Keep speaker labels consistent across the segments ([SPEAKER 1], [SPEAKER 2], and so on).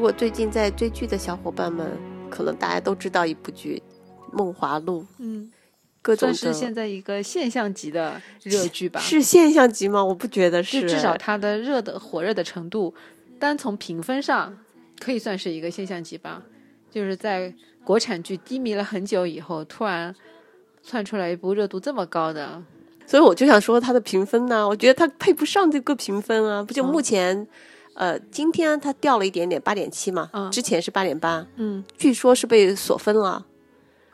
[SPEAKER 1] 果最近在追剧的小伙伴们，可能大家都知道一部剧《梦华录》，
[SPEAKER 2] 嗯，
[SPEAKER 1] 各种的
[SPEAKER 2] 算是现在一个现象级的热剧吧，
[SPEAKER 1] 是现象级吗？我不觉得，
[SPEAKER 2] 就是至少它的热的火热的程度，单从评分上可以算是一个现象级吧。就是在国产剧低迷了很久以后，突然窜出来一部热度这么高的，
[SPEAKER 1] 所以我就想说它的评分呢、我觉得它配不上这个评分啊，不就
[SPEAKER 2] 嗯
[SPEAKER 1] 目前，呃，今天它掉了一点点，八点七嘛，
[SPEAKER 2] 嗯
[SPEAKER 1] 之前是八点八，
[SPEAKER 2] 嗯
[SPEAKER 1] 据说是被锁分了，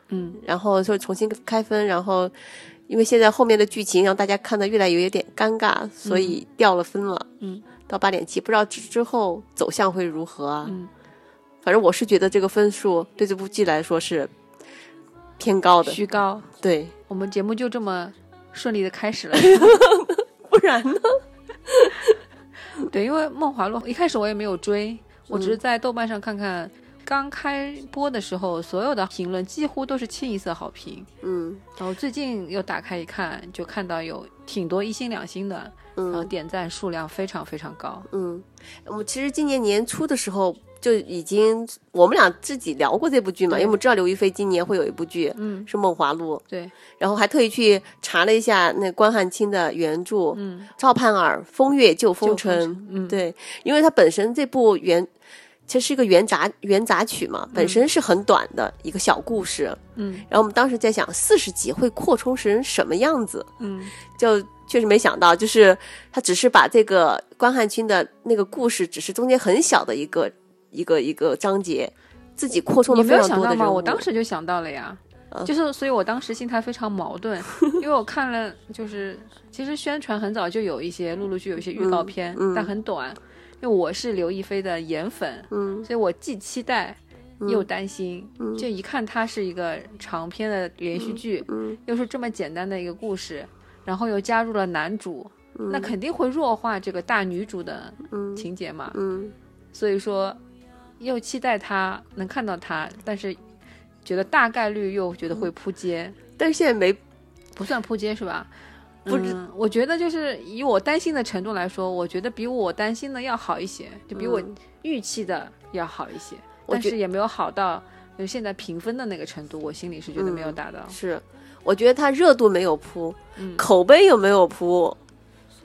[SPEAKER 2] 嗯，
[SPEAKER 1] 然后就重新开分，然后因为现在后面的剧情让大家看的越来越有点尴尬，所以掉了分了，
[SPEAKER 2] 嗯，
[SPEAKER 1] 到八点七，不知道之之后走向会如何啊，
[SPEAKER 2] 嗯，
[SPEAKER 1] 反正我是觉得这个分数对这部剧来说是偏高的，
[SPEAKER 2] 虚高。
[SPEAKER 1] 对，
[SPEAKER 2] 我们节目就这么顺利的开 始了。
[SPEAKER 1] 不然呢？
[SPEAKER 2] 对，因为《梦华录》一开始我也没有追，我只是
[SPEAKER 1] 嗯
[SPEAKER 2] 在豆瓣上看看。刚开播的时候，所有的评论几乎都是清一色好评。
[SPEAKER 1] 嗯
[SPEAKER 2] 然后最近又打开一看，就看到有挺多一星两星的，然后
[SPEAKER 1] 嗯
[SPEAKER 2] 点赞数量非常非常高。
[SPEAKER 1] 嗯，我们其实今年年初的时候。就已经，我们俩自己聊过这部剧嘛，因
[SPEAKER 2] 对
[SPEAKER 1] 为我们知道刘亦菲今年会有一部剧
[SPEAKER 2] 嗯，
[SPEAKER 1] 是《梦华录》，
[SPEAKER 2] 对，
[SPEAKER 1] 然后还特意去查了一下那关汉卿的原著，
[SPEAKER 2] 嗯，
[SPEAKER 1] 赵盼儿《风月旧风
[SPEAKER 2] 就
[SPEAKER 1] 尘》
[SPEAKER 2] 城，嗯，
[SPEAKER 1] 对，因为它本身这部原其实是一个元杂元杂曲嘛，本身是很短的一个小故事。
[SPEAKER 2] 嗯
[SPEAKER 1] 然后我们当时在想，四十集会扩充成什么样子？
[SPEAKER 2] 嗯
[SPEAKER 1] 就确实没想到，就是他只是把这个关汉卿的那个故事，只是中间很小的一个一个一个章节，自己扩充
[SPEAKER 2] 你
[SPEAKER 1] 了
[SPEAKER 2] 没
[SPEAKER 1] 非
[SPEAKER 2] 有
[SPEAKER 1] 常
[SPEAKER 2] 想
[SPEAKER 1] 多的人
[SPEAKER 2] 到吗？
[SPEAKER 1] 物。
[SPEAKER 2] 我当时就想到了呀，
[SPEAKER 1] 啊
[SPEAKER 2] 就是所以，我当时心态非常矛 盾，因为我看了，就是其实宣传很早就有一些陆陆续有一些预告
[SPEAKER 1] 嗯
[SPEAKER 2] 片，
[SPEAKER 1] 嗯
[SPEAKER 2] 但很短。因为我是刘亦菲的颜粉，
[SPEAKER 1] 嗯，
[SPEAKER 2] 所以我既期待
[SPEAKER 1] 嗯
[SPEAKER 2] 又担心。
[SPEAKER 1] 嗯
[SPEAKER 2] 就一看它是一个长篇的连续剧，
[SPEAKER 1] 嗯
[SPEAKER 2] 又是这么简单的一个故事，然后又加入了男主，
[SPEAKER 1] 嗯
[SPEAKER 2] 那肯定会弱化这个大女主的
[SPEAKER 1] 嗯
[SPEAKER 2] 情节嘛。
[SPEAKER 1] 嗯
[SPEAKER 2] 所以说，又期待他能看到他，但是觉得大概率又觉得会扑街，
[SPEAKER 1] 但是现在没
[SPEAKER 2] 不算扑街是吧？
[SPEAKER 1] 嗯不是
[SPEAKER 2] 嗯，我觉得就是以我担心的程度来说，我觉得比我担心的要好一些，就比我
[SPEAKER 1] 嗯
[SPEAKER 2] 预期的要好一些，
[SPEAKER 1] 我
[SPEAKER 2] 但
[SPEAKER 1] 觉
[SPEAKER 2] 是也没有好到就现在评分的那个程度，我心里是觉得没有达到。
[SPEAKER 1] 是，我觉得它热度没有扑，
[SPEAKER 2] 啊嗯
[SPEAKER 1] 口碑有没有扑？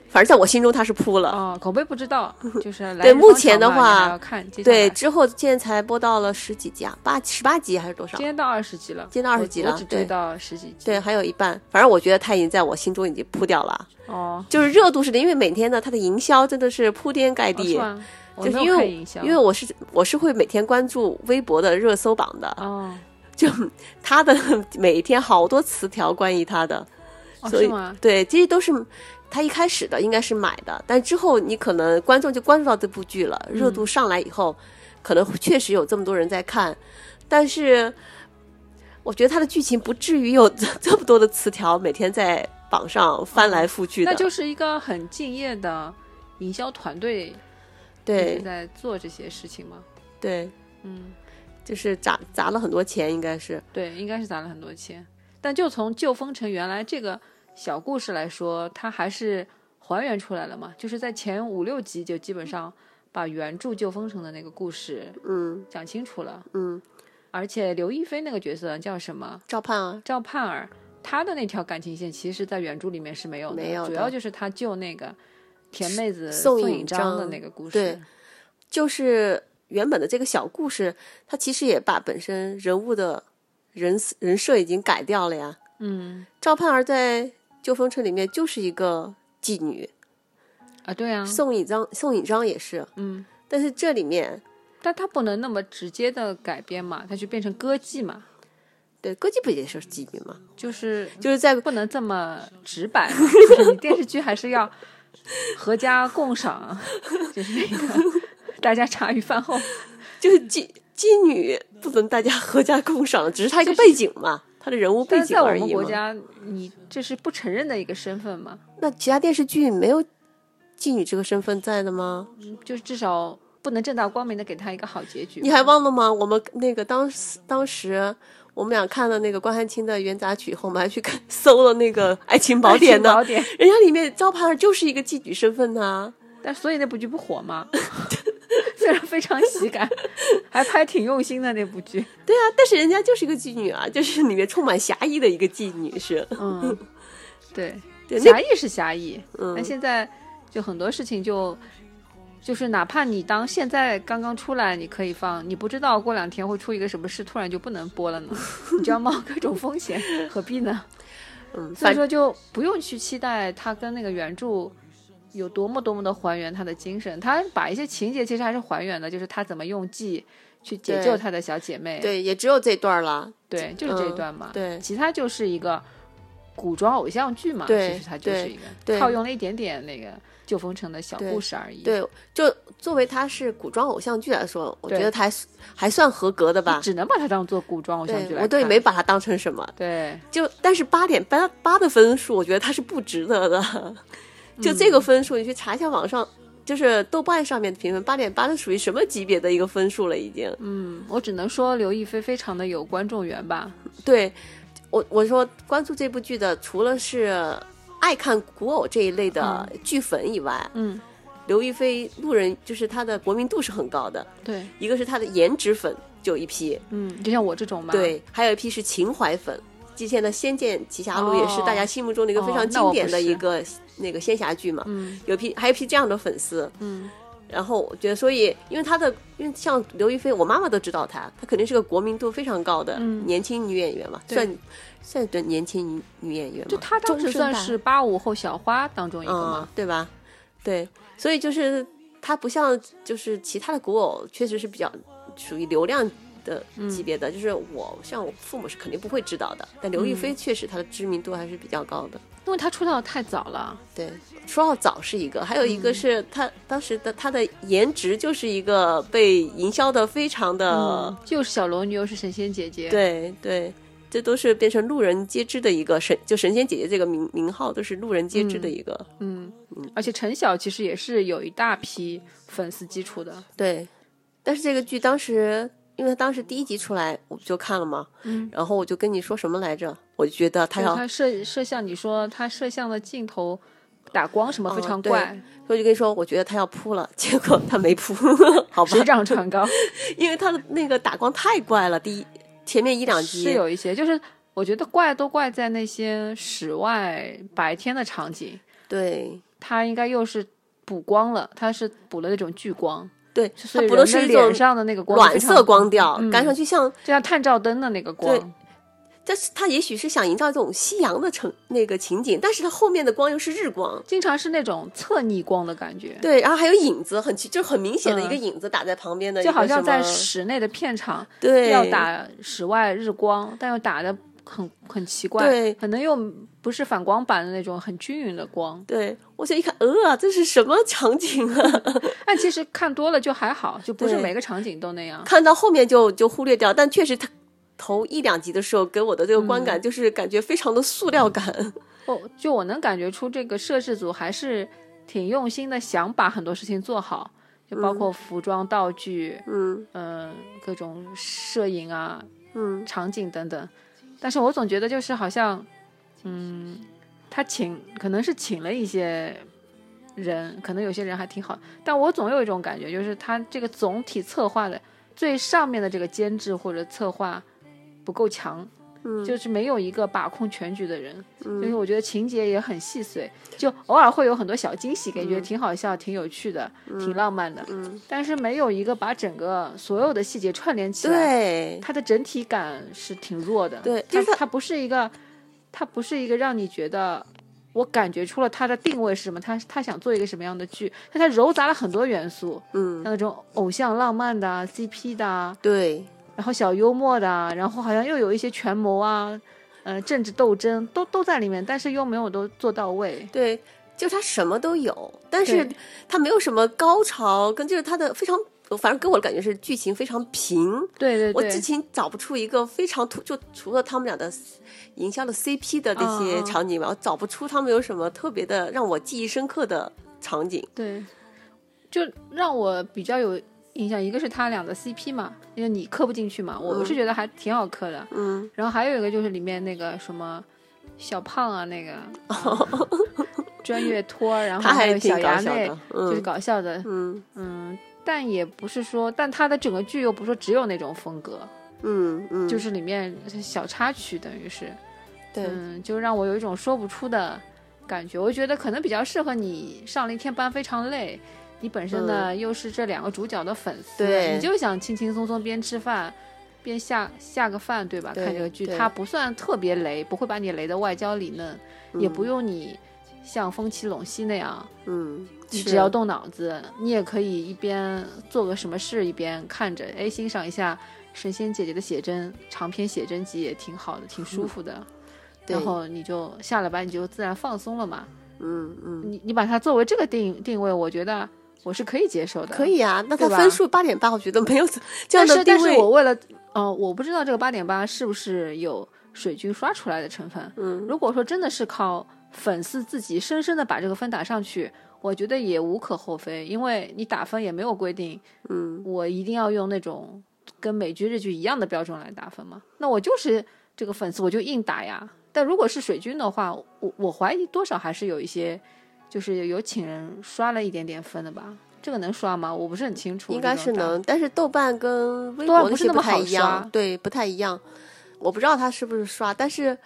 [SPEAKER 1] 反正在我心中它是扑了。
[SPEAKER 2] 哦，口碑不知道，就是来
[SPEAKER 1] 嗯 对
[SPEAKER 2] 日
[SPEAKER 1] 目
[SPEAKER 2] 方
[SPEAKER 1] 前
[SPEAKER 2] 长
[SPEAKER 1] 的
[SPEAKER 2] 嘛你还
[SPEAKER 1] 话
[SPEAKER 2] 要看接下来
[SPEAKER 1] 对，之后现在才播到了十几集啊，八十八集还是多少
[SPEAKER 2] 今？天到二十集了，
[SPEAKER 1] 今天到
[SPEAKER 2] 我
[SPEAKER 1] 20集
[SPEAKER 2] 我
[SPEAKER 1] 了
[SPEAKER 2] 只
[SPEAKER 1] 对
[SPEAKER 2] 追到十几集。
[SPEAKER 1] 对，还有一半。反正我觉得它已经在我心中已经扑掉了，
[SPEAKER 2] 哦，
[SPEAKER 1] 就是热度是零，因为每天呢它的营销真的是铺天盖
[SPEAKER 2] 哦
[SPEAKER 1] 地
[SPEAKER 2] 是，吗？我
[SPEAKER 1] 就是
[SPEAKER 2] 没有
[SPEAKER 1] 因为
[SPEAKER 2] 看
[SPEAKER 1] 我
[SPEAKER 2] 营销
[SPEAKER 1] 因为我是我是会每天关注微博的热搜榜的，
[SPEAKER 2] 哦，
[SPEAKER 1] 就它的每天好多词条关于它的，
[SPEAKER 2] 哦
[SPEAKER 1] 所以
[SPEAKER 2] 是吗？
[SPEAKER 1] 对，这些都是他一开始的应该是买的，但之后你可能观众就关注到这部剧了，热
[SPEAKER 2] 嗯
[SPEAKER 1] 度上来以后，可能确实有这么多人在看，但是我觉得它的剧情不至于有这这么多的词条每天在榜上翻来覆去的，
[SPEAKER 2] 哦那就是一个很敬业的营销团队一直
[SPEAKER 1] 对
[SPEAKER 2] 在做这些事情嘛。
[SPEAKER 1] 对，
[SPEAKER 2] 嗯，
[SPEAKER 1] 就是砸砸了很多钱，应该是
[SPEAKER 2] 对，应该是砸了很多钱。但就从《旧风城》原来这个小故事来说，它还是还原出来了嘛，就是在前五六集就基本上把原著《旧风城》的那个故事
[SPEAKER 1] 嗯
[SPEAKER 2] 讲清楚了。
[SPEAKER 1] 嗯，
[SPEAKER 2] 而且刘亦菲那个角色叫什么？
[SPEAKER 1] 赵盼啊，
[SPEAKER 2] 赵盼儿，她的那条感情线其实，在原著里面是没有的，
[SPEAKER 1] 没有的
[SPEAKER 2] 主要就是她救那个甜妹子
[SPEAKER 1] 宋
[SPEAKER 2] 宋
[SPEAKER 1] 引
[SPEAKER 2] 引章的
[SPEAKER 1] 章
[SPEAKER 2] 那个故事。
[SPEAKER 1] 对就是原本的这个小故事，它其实也把本身人物的人人设已经改掉了呀。
[SPEAKER 2] 嗯
[SPEAKER 1] 赵盼儿在《旧风城》里面就是一个妓女，
[SPEAKER 2] 啊，对啊，
[SPEAKER 1] 宋引章宋引章也是，
[SPEAKER 2] 嗯，
[SPEAKER 1] 但是这里面
[SPEAKER 2] 但她不能那么直接的改编嘛，她就变成歌妓嘛，
[SPEAKER 1] 对歌姬不也是妓女吗？
[SPEAKER 2] 就是
[SPEAKER 1] 就是在
[SPEAKER 2] 不能这么直白嘛，就是你电视剧还是要合家共赏，就是那个大家茶余饭后，
[SPEAKER 1] 就是妓妓女不能大家 合家共赏，只是她一个背景嘛，她的人物
[SPEAKER 2] 但
[SPEAKER 1] 背
[SPEAKER 2] 是
[SPEAKER 1] 景
[SPEAKER 2] 在我
[SPEAKER 1] 而
[SPEAKER 2] 们
[SPEAKER 1] 已
[SPEAKER 2] 国
[SPEAKER 1] 嘛。
[SPEAKER 2] 家，你这是不承认的一个身份嘛，
[SPEAKER 1] 那其他电视剧没有妓女这个身份在的吗？
[SPEAKER 2] 就是至少不能正大光明的给他一个好结局。
[SPEAKER 1] 你还忘了吗？我们那个当时当时。我们俩看了那个关汉卿的元杂曲以后，我们还去看搜了那个《爱情宝典》呢
[SPEAKER 2] 宝。典，
[SPEAKER 1] 人家里面赵盼儿就是一个妓女身份呐、
[SPEAKER 2] 但所以那部剧不火嘛， 虽然非常喜感，还拍挺用心的那部剧。
[SPEAKER 1] 对啊，但是人家就是一个妓女啊，就是里面充满侠义的一个妓女是，
[SPEAKER 2] 嗯，对，
[SPEAKER 1] 对那
[SPEAKER 2] 狭义是狭义，
[SPEAKER 1] 嗯
[SPEAKER 2] 但现在就很多事情就就是哪怕你当现在刚刚出来，你可以放，你不知道过两天会出一个什么事，突然就不能播了呢， 你就要冒各种风险，何必呢？
[SPEAKER 1] 嗯，
[SPEAKER 2] 所
[SPEAKER 1] 反
[SPEAKER 2] 以说就不用去期待它跟那个原著有多么多么的还原它的精神，它把一些情节其实还是还原的，就是他怎么用计去解救
[SPEAKER 1] 对
[SPEAKER 2] 他的小姐妹，
[SPEAKER 1] 对也只有这段了，
[SPEAKER 2] 对就是这一
[SPEAKER 1] 嗯
[SPEAKER 2] 段嘛，
[SPEAKER 1] 对
[SPEAKER 2] 其他就是一个古装偶像剧嘛，
[SPEAKER 1] 对
[SPEAKER 2] 其实它就是一个
[SPEAKER 1] 对
[SPEAKER 2] 套用了一点点那个旧风城的小
[SPEAKER 1] 对
[SPEAKER 2] 故事而已，
[SPEAKER 1] 对，就作为它是古装偶像剧来说，我
[SPEAKER 2] 对
[SPEAKER 1] 觉得它还还算合格的吧。
[SPEAKER 2] 只能把它当做古装偶像
[SPEAKER 1] 对
[SPEAKER 2] 剧来，看。
[SPEAKER 1] 我对没把它当成什么，
[SPEAKER 2] 对
[SPEAKER 1] 就但是八点八八的分数，我觉得它是不值得的。就这个分数，你去查一下网上，就是豆瓣上面的评分，八点八是属于什么级别的一个分数了？已经。
[SPEAKER 2] 嗯我只能说刘亦菲非常的有观众缘吧，
[SPEAKER 1] 对，我我说关注这部剧的，除了是爱看古偶这一类的剧粉以外，
[SPEAKER 2] 嗯，
[SPEAKER 1] 刘亦菲路人就是她的国民度是很高的，
[SPEAKER 2] 对，
[SPEAKER 1] 一个是她的颜值粉就有一批，
[SPEAKER 2] 嗯，就像我这种嘛，
[SPEAKER 1] 对，还有一批是情怀粉。之前的《仙剑奇侠录》也是
[SPEAKER 2] 哦
[SPEAKER 1] 大家心目中的一个非
[SPEAKER 2] 哦
[SPEAKER 1] 常
[SPEAKER 2] 那我
[SPEAKER 1] 经典
[SPEAKER 2] 不
[SPEAKER 1] 的
[SPEAKER 2] 是
[SPEAKER 1] 一个那个仙侠剧嘛，
[SPEAKER 2] 嗯
[SPEAKER 1] 有一批还有一批这样的粉丝，
[SPEAKER 2] 嗯。
[SPEAKER 1] 然后我觉得，所以因为她的，因为像刘亦菲，我妈妈都知道她，她肯定是个国民度非常高的、
[SPEAKER 2] 嗯
[SPEAKER 1] 年轻女演员嘛，
[SPEAKER 2] 对
[SPEAKER 1] 算算对年轻女女演员嘛，
[SPEAKER 2] 就她当时
[SPEAKER 1] 中生
[SPEAKER 2] 算
[SPEAKER 1] 代
[SPEAKER 2] 是八五后小花当中一个
[SPEAKER 1] 嗯
[SPEAKER 2] 嘛，，
[SPEAKER 1] 对吧？对，所以就是她不像就是其他的古偶，确实是比较属于流量的
[SPEAKER 2] 嗯
[SPEAKER 1] 级别的，就是我像我父母是肯定不会知道的，但
[SPEAKER 2] 嗯
[SPEAKER 1] 刘亦菲确实她的知名度还是比较高的。
[SPEAKER 2] 因为她出道太早了，
[SPEAKER 1] 对，说到早是一个，还有
[SPEAKER 2] 嗯
[SPEAKER 1] 一个是她当时的她的颜值就是一个被营销的非常的
[SPEAKER 2] 嗯，，又是小龙女，又是神仙姐姐，
[SPEAKER 1] 对对，这都是变成路人皆知的一个神，就神仙姐姐这个名名号都是路人皆知的一个，
[SPEAKER 2] 嗯，而且陈晓其实也是有一大批粉丝基础的，
[SPEAKER 1] 对。但是这个剧当时，因为它当时第一集出来我不就看了嘛，
[SPEAKER 2] 嗯，
[SPEAKER 1] 然后我就跟你说什么来着，我就觉得他
[SPEAKER 2] 就是
[SPEAKER 1] 要
[SPEAKER 2] 她摄摄像，你说她摄像的镜头打光什么非
[SPEAKER 1] 嗯
[SPEAKER 2] 常
[SPEAKER 1] 对
[SPEAKER 2] 怪，
[SPEAKER 1] 我就跟你说，我觉得他要扑了，结果他没扑， 好吧
[SPEAKER 2] 水，涨船高，
[SPEAKER 1] 因为他的那个打光太怪了，第一前面一两集
[SPEAKER 2] 是有一些，就是我觉得怪都怪在那些室外白天的场景，
[SPEAKER 1] 对
[SPEAKER 2] 它应该又是补光了，它是补了那种聚光，
[SPEAKER 1] 对，
[SPEAKER 2] 所
[SPEAKER 1] 它
[SPEAKER 2] 以
[SPEAKER 1] 不能
[SPEAKER 2] 人
[SPEAKER 1] 是
[SPEAKER 2] 的
[SPEAKER 1] 一种
[SPEAKER 2] 脸上的那个光
[SPEAKER 1] 暖
[SPEAKER 2] 非常
[SPEAKER 1] 色光调，
[SPEAKER 2] 嗯
[SPEAKER 1] 看上去像，
[SPEAKER 2] 就像探照灯的那个光，
[SPEAKER 1] 但是它也许是想营造这种夕阳的成那个情景，但是它后面的光又是日光，
[SPEAKER 2] 经常是那种侧逆光的感觉，
[SPEAKER 1] 对，然后还有影子，很奇就是很明显的
[SPEAKER 2] 嗯
[SPEAKER 1] 一个影子打在旁边的一
[SPEAKER 2] 就
[SPEAKER 1] 个什
[SPEAKER 2] 好
[SPEAKER 1] 么，
[SPEAKER 2] 像在室内的片场
[SPEAKER 1] 对
[SPEAKER 2] 要打室外日光，但又打的很很奇怪，
[SPEAKER 1] 对
[SPEAKER 2] 可能又不是反光板的那种很均匀的光。
[SPEAKER 1] 对，我就一看，呃，这是什么场景啊？
[SPEAKER 2] 但其实看多了就还好，就不是
[SPEAKER 1] 对
[SPEAKER 2] 每个场景都那样。
[SPEAKER 1] 看到后面就就忽略掉，但确实它头一两集的时候给我的这个观
[SPEAKER 2] 嗯
[SPEAKER 1] 感就是感觉非常的塑料感，
[SPEAKER 2] 我哦就我能感觉出这个摄制组还是挺用心的，想把很多事情做好，就包括服装、道具，
[SPEAKER 1] 嗯
[SPEAKER 2] 嗯、各种摄影啊、
[SPEAKER 1] 嗯，
[SPEAKER 2] 场景等等。但是我总觉得就是好像，嗯，他请可能是请了一些人，可能有些人还挺好，但我总有一种感觉，就是他这个总体策划的最上面的这个监制或者策划不够强。
[SPEAKER 1] 嗯
[SPEAKER 2] 就是没有一个把控全局的人，就是我觉得情节也很细碎，就偶尔会有很多小惊
[SPEAKER 1] 嗯
[SPEAKER 2] 喜，感觉挺好笑、挺有趣的、挺浪漫的，但是没有一个把整个所有的细节串联起来，
[SPEAKER 1] 对
[SPEAKER 2] 它的整体感是挺弱的。
[SPEAKER 1] 对
[SPEAKER 2] 它
[SPEAKER 1] 就是它
[SPEAKER 2] 它不是一个，它不是一个让你觉得我感觉出了它的定位是什么，它它想做一个什么样的剧，但它糅杂了很多元素，
[SPEAKER 1] 嗯
[SPEAKER 2] 像那种偶像浪漫的啊、CP 的啊，
[SPEAKER 1] 对
[SPEAKER 2] 然后小幽默的啊，然后好像又有一些权谋啊。呃，政治斗争都都在里面，但是又没有都做到位。
[SPEAKER 1] 对，就它什么都有，但是
[SPEAKER 2] 对
[SPEAKER 1] 它没有什么高潮，跟就是它的非常，反正给我的感觉是剧情非常平。
[SPEAKER 2] 对对
[SPEAKER 1] 我
[SPEAKER 2] 对
[SPEAKER 1] 之，前找不出一个非常突，就除了他们俩的营销的 CP 的这
[SPEAKER 2] 嗯
[SPEAKER 1] 些
[SPEAKER 2] 嗯
[SPEAKER 1] 场景吧，我找不出他们有什么特别的让我记忆深刻的场景。
[SPEAKER 2] 对，就让我比较有印象，一个是他俩的 CP 嘛，因为你磕不进去嘛，我是觉得还挺好磕的。
[SPEAKER 1] 嗯，
[SPEAKER 2] 然后还有一个就是里面那个什么小胖啊，那个、 专业托，然后
[SPEAKER 1] 他
[SPEAKER 2] 还有
[SPEAKER 1] 挺
[SPEAKER 2] 小
[SPEAKER 1] 搞
[SPEAKER 2] 衙
[SPEAKER 1] 笑
[SPEAKER 2] 内
[SPEAKER 1] 的，，
[SPEAKER 2] 就是
[SPEAKER 1] 嗯
[SPEAKER 2] 搞笑的。
[SPEAKER 1] 嗯，
[SPEAKER 2] 嗯，但也不是说，但它的整个剧又不是说只有那种风格，
[SPEAKER 1] 嗯嗯，
[SPEAKER 2] 就是里面小插曲，等于是，
[SPEAKER 1] 对，
[SPEAKER 2] 嗯，就让我有一种说不出的感觉。我觉得可能比较适合你上了一天班非常累，你本身呢、又是这两个主角的粉丝，
[SPEAKER 1] 对
[SPEAKER 2] 你就想轻轻松松边吃饭边下下个饭，对吧？
[SPEAKER 1] 对
[SPEAKER 2] 看这个剧，
[SPEAKER 1] 对
[SPEAKER 2] 它不算特别雷，不会把你雷得外焦里嫩，也不用你像风起陇西那样。
[SPEAKER 1] 嗯，
[SPEAKER 2] 你
[SPEAKER 1] 是
[SPEAKER 2] 只要动脑子，你也可以一边做个什么事，一边看着，哎，欣赏一下神仙姐姐的写真，长篇写真集也挺好的，挺舒 服的。
[SPEAKER 1] 对
[SPEAKER 2] 然后你就下了班，你就自然放松了嘛。
[SPEAKER 1] 嗯嗯，
[SPEAKER 2] 你你把它作为这个定定位，我觉得我是可以接受的。
[SPEAKER 1] 可，以啊。那他
[SPEAKER 2] 对吧
[SPEAKER 1] 分数八点八，我觉得没有 这样
[SPEAKER 2] 但
[SPEAKER 1] 的
[SPEAKER 2] 是
[SPEAKER 1] 定
[SPEAKER 2] 但是
[SPEAKER 1] 位。
[SPEAKER 2] 我为了，呃，我不知道这个八点八是不是有水军刷出来的成分。
[SPEAKER 1] 嗯，
[SPEAKER 2] 如果说真的是靠粉丝自己深深的把这个分打上去，我觉得也无可厚非，因为你打分也没有规定，
[SPEAKER 1] 嗯，
[SPEAKER 2] 我一定要用那种跟美剧、日剧一样的标准来打分嘛。那我就是这个粉丝，我就硬打呀。但如果是水军的话，我我怀疑多少还是有一些，就是有请人刷了一点点分的吧。这个能刷吗？我不是很清楚。
[SPEAKER 1] 应该是
[SPEAKER 2] 这种打
[SPEAKER 1] 能，但是豆瓣跟微
[SPEAKER 2] 豆
[SPEAKER 1] 博
[SPEAKER 2] 瓣不
[SPEAKER 1] 那
[SPEAKER 2] 是
[SPEAKER 1] 些
[SPEAKER 2] 那么
[SPEAKER 1] 太
[SPEAKER 2] 好
[SPEAKER 1] 一样
[SPEAKER 2] 刷，
[SPEAKER 1] 对，不太一样。我不知道他是不是刷，但是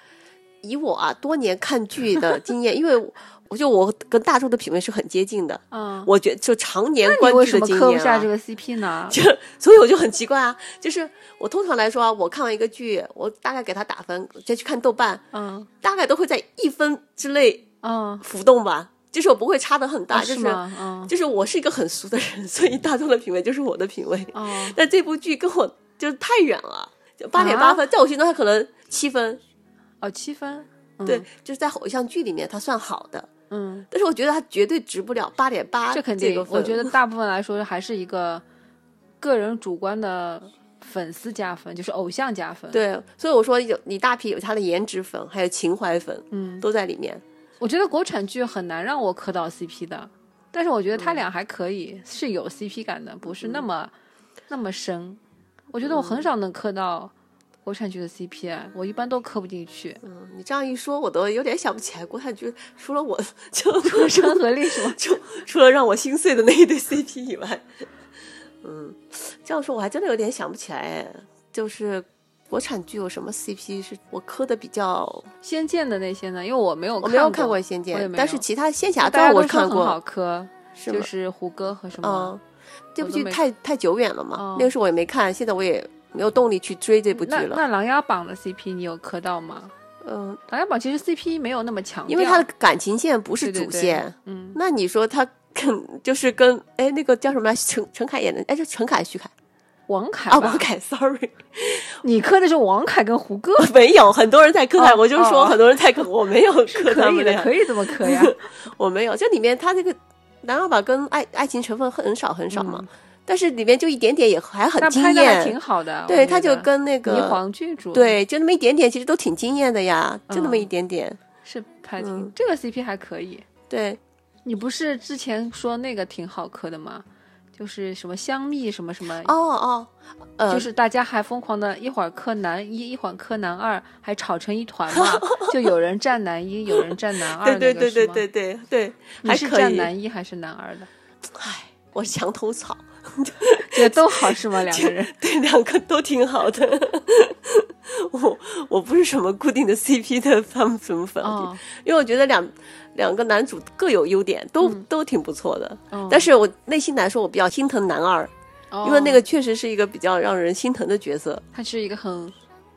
[SPEAKER 1] 以我啊多年看剧的 经验，因为我我觉得我跟大众的品味是很接近的，
[SPEAKER 2] 嗯，
[SPEAKER 1] 我觉得就常年
[SPEAKER 2] 那
[SPEAKER 1] 关
[SPEAKER 2] 你为
[SPEAKER 1] 注的
[SPEAKER 2] 什么
[SPEAKER 1] 经
[SPEAKER 2] 磕不
[SPEAKER 1] 验、
[SPEAKER 2] 下
[SPEAKER 1] 啊
[SPEAKER 2] 这。个 CP 呢？
[SPEAKER 1] 就所以我就很奇怪啊，就是我通常来说啊，我看完一个剧，我大概给他打分，再去看豆瓣，
[SPEAKER 2] 嗯
[SPEAKER 1] 大概都会在一分之内
[SPEAKER 2] 嗯，
[SPEAKER 1] 浮动吧，就是我不会差的很大，
[SPEAKER 2] 啊
[SPEAKER 1] 就是
[SPEAKER 2] 吗？嗯
[SPEAKER 1] 就是我是一个很俗的人，所以大众的品味就是我的品 味。
[SPEAKER 2] 哦
[SPEAKER 1] 但这部剧跟我就是太远了，就八点八
[SPEAKER 2] 啊
[SPEAKER 1] 分，在我心中它可能七分，
[SPEAKER 2] 哦，七分。嗯
[SPEAKER 1] 对，，就是在偶像剧里面它算好的，
[SPEAKER 2] 嗯，
[SPEAKER 1] 但是我觉得它绝对值不了八点八，
[SPEAKER 2] 这肯
[SPEAKER 1] 这
[SPEAKER 2] 定
[SPEAKER 1] 个，分
[SPEAKER 2] 我觉得大部分来说还是一个个人主观的粉丝加分，就是偶像加分。，
[SPEAKER 1] 对，所以我说有李大皮有他的颜值粉，还有情怀粉，
[SPEAKER 2] 嗯，
[SPEAKER 1] 都在里面。
[SPEAKER 2] 我觉得国产剧很难让我磕到 CP 的，但是我觉得
[SPEAKER 1] 嗯
[SPEAKER 2] 他俩还可以，是有 CP 感的，不是那么、那么深。我觉得我
[SPEAKER 1] 嗯
[SPEAKER 2] 很少能磕到国产剧的 CP，哎我一般都磕不进去。
[SPEAKER 1] 嗯，你这样一说，我都有点想不起来国产剧除了我 就
[SPEAKER 2] 出生合力是吗？
[SPEAKER 1] 就除了让我心碎的那一对 CP 以外，嗯，这样说我还真的有点想不起来，就是国产剧有什么 CP 是我磕的比较，
[SPEAKER 2] 仙剑的那些呢？因为我没有
[SPEAKER 1] 我没有
[SPEAKER 2] 看
[SPEAKER 1] 看过《仙剑
[SPEAKER 2] 我也》，没有
[SPEAKER 1] 但是其他《仙侠传
[SPEAKER 2] 大家》
[SPEAKER 1] 我
[SPEAKER 2] 都说
[SPEAKER 1] 看
[SPEAKER 2] 很好
[SPEAKER 1] 过，
[SPEAKER 2] 磕，
[SPEAKER 1] 是
[SPEAKER 2] 就
[SPEAKER 1] 吗？
[SPEAKER 2] 是胡歌和什么？
[SPEAKER 1] 嗯，这部
[SPEAKER 2] 我都
[SPEAKER 1] 剧
[SPEAKER 2] 没
[SPEAKER 1] 太太久远了嘛，
[SPEAKER 2] 哦
[SPEAKER 1] 那个时候我也没看，现在我也没有动力去追这部剧
[SPEAKER 2] 那
[SPEAKER 1] 了。
[SPEAKER 2] 那《哦琅琊榜》的 CP 你有磕到吗？
[SPEAKER 1] 嗯，
[SPEAKER 2] 《琅琊榜》其实 CP 没有那么强调，
[SPEAKER 1] 因为它的感情线不是
[SPEAKER 2] 对对
[SPEAKER 1] 主
[SPEAKER 2] 对
[SPEAKER 1] 线，
[SPEAKER 2] 嗯，
[SPEAKER 1] 那你说他跟 就是跟哎那个叫什么来陈陈凯演的哎是陈凯 徐凯
[SPEAKER 2] 王凯
[SPEAKER 1] 啊
[SPEAKER 2] 吧
[SPEAKER 1] 王，凯，sorry，
[SPEAKER 2] 你磕的是王凯跟胡 歌，
[SPEAKER 1] 没有，很多人在磕他，
[SPEAKER 2] 哦
[SPEAKER 1] 我就是说
[SPEAKER 2] 哦
[SPEAKER 1] 很多人在磕，我没有磕
[SPEAKER 2] 可
[SPEAKER 1] 他
[SPEAKER 2] 以
[SPEAKER 1] 们
[SPEAKER 2] 的，
[SPEAKER 1] 俩，
[SPEAKER 2] 可以这么 磕呀。
[SPEAKER 1] 我没有。这里面他这个男二吧跟爱爱情成分很少很少嘛
[SPEAKER 2] 嗯，
[SPEAKER 1] 但是里面就一点点也还很
[SPEAKER 2] 那
[SPEAKER 1] 惊
[SPEAKER 2] 拍的还挺
[SPEAKER 1] 艳。
[SPEAKER 2] 好的，
[SPEAKER 1] 对，
[SPEAKER 2] 我觉
[SPEAKER 1] 他
[SPEAKER 2] 得
[SPEAKER 1] 就跟那
[SPEAKER 2] 霓
[SPEAKER 1] 个
[SPEAKER 2] 凰郡主
[SPEAKER 1] 对，就那么一点点，其实都挺惊艳的呀，就那么
[SPEAKER 2] 嗯
[SPEAKER 1] 一点点。
[SPEAKER 2] 是拍挺、
[SPEAKER 1] 嗯
[SPEAKER 2] 这个 CP 还可以。
[SPEAKER 1] 对，
[SPEAKER 2] 你不是之前说那个挺好磕的吗？就是什么香蜜什么什么。
[SPEAKER 1] 哦哦，呃，
[SPEAKER 2] 就是大家还疯狂的，一会儿磕男一，一会儿磕男二，还吵成一团嘛， 就有人站男一，有人站男二，
[SPEAKER 1] 对对对
[SPEAKER 2] 那个是
[SPEAKER 1] 对
[SPEAKER 2] 吗
[SPEAKER 1] 对对对，
[SPEAKER 2] 你
[SPEAKER 1] 还
[SPEAKER 2] 是
[SPEAKER 1] 可
[SPEAKER 2] 站
[SPEAKER 1] 以。
[SPEAKER 2] 男一还是男二的？
[SPEAKER 1] 唉，我是墙头草。
[SPEAKER 2] 觉得都好是吗？两个人
[SPEAKER 1] 对，两个都挺好的。 我我不是什么固定的 CP 的fan 什么粉，
[SPEAKER 2] 哦，
[SPEAKER 1] 因为我觉得两两个男主各有优点，都、都挺不错的。
[SPEAKER 2] 嗯哦
[SPEAKER 1] 但是我内心来说，我比较心疼男二，因为那
[SPEAKER 2] 哦
[SPEAKER 1] 个确实是一个比较让人心疼的角色。
[SPEAKER 2] 他是一个很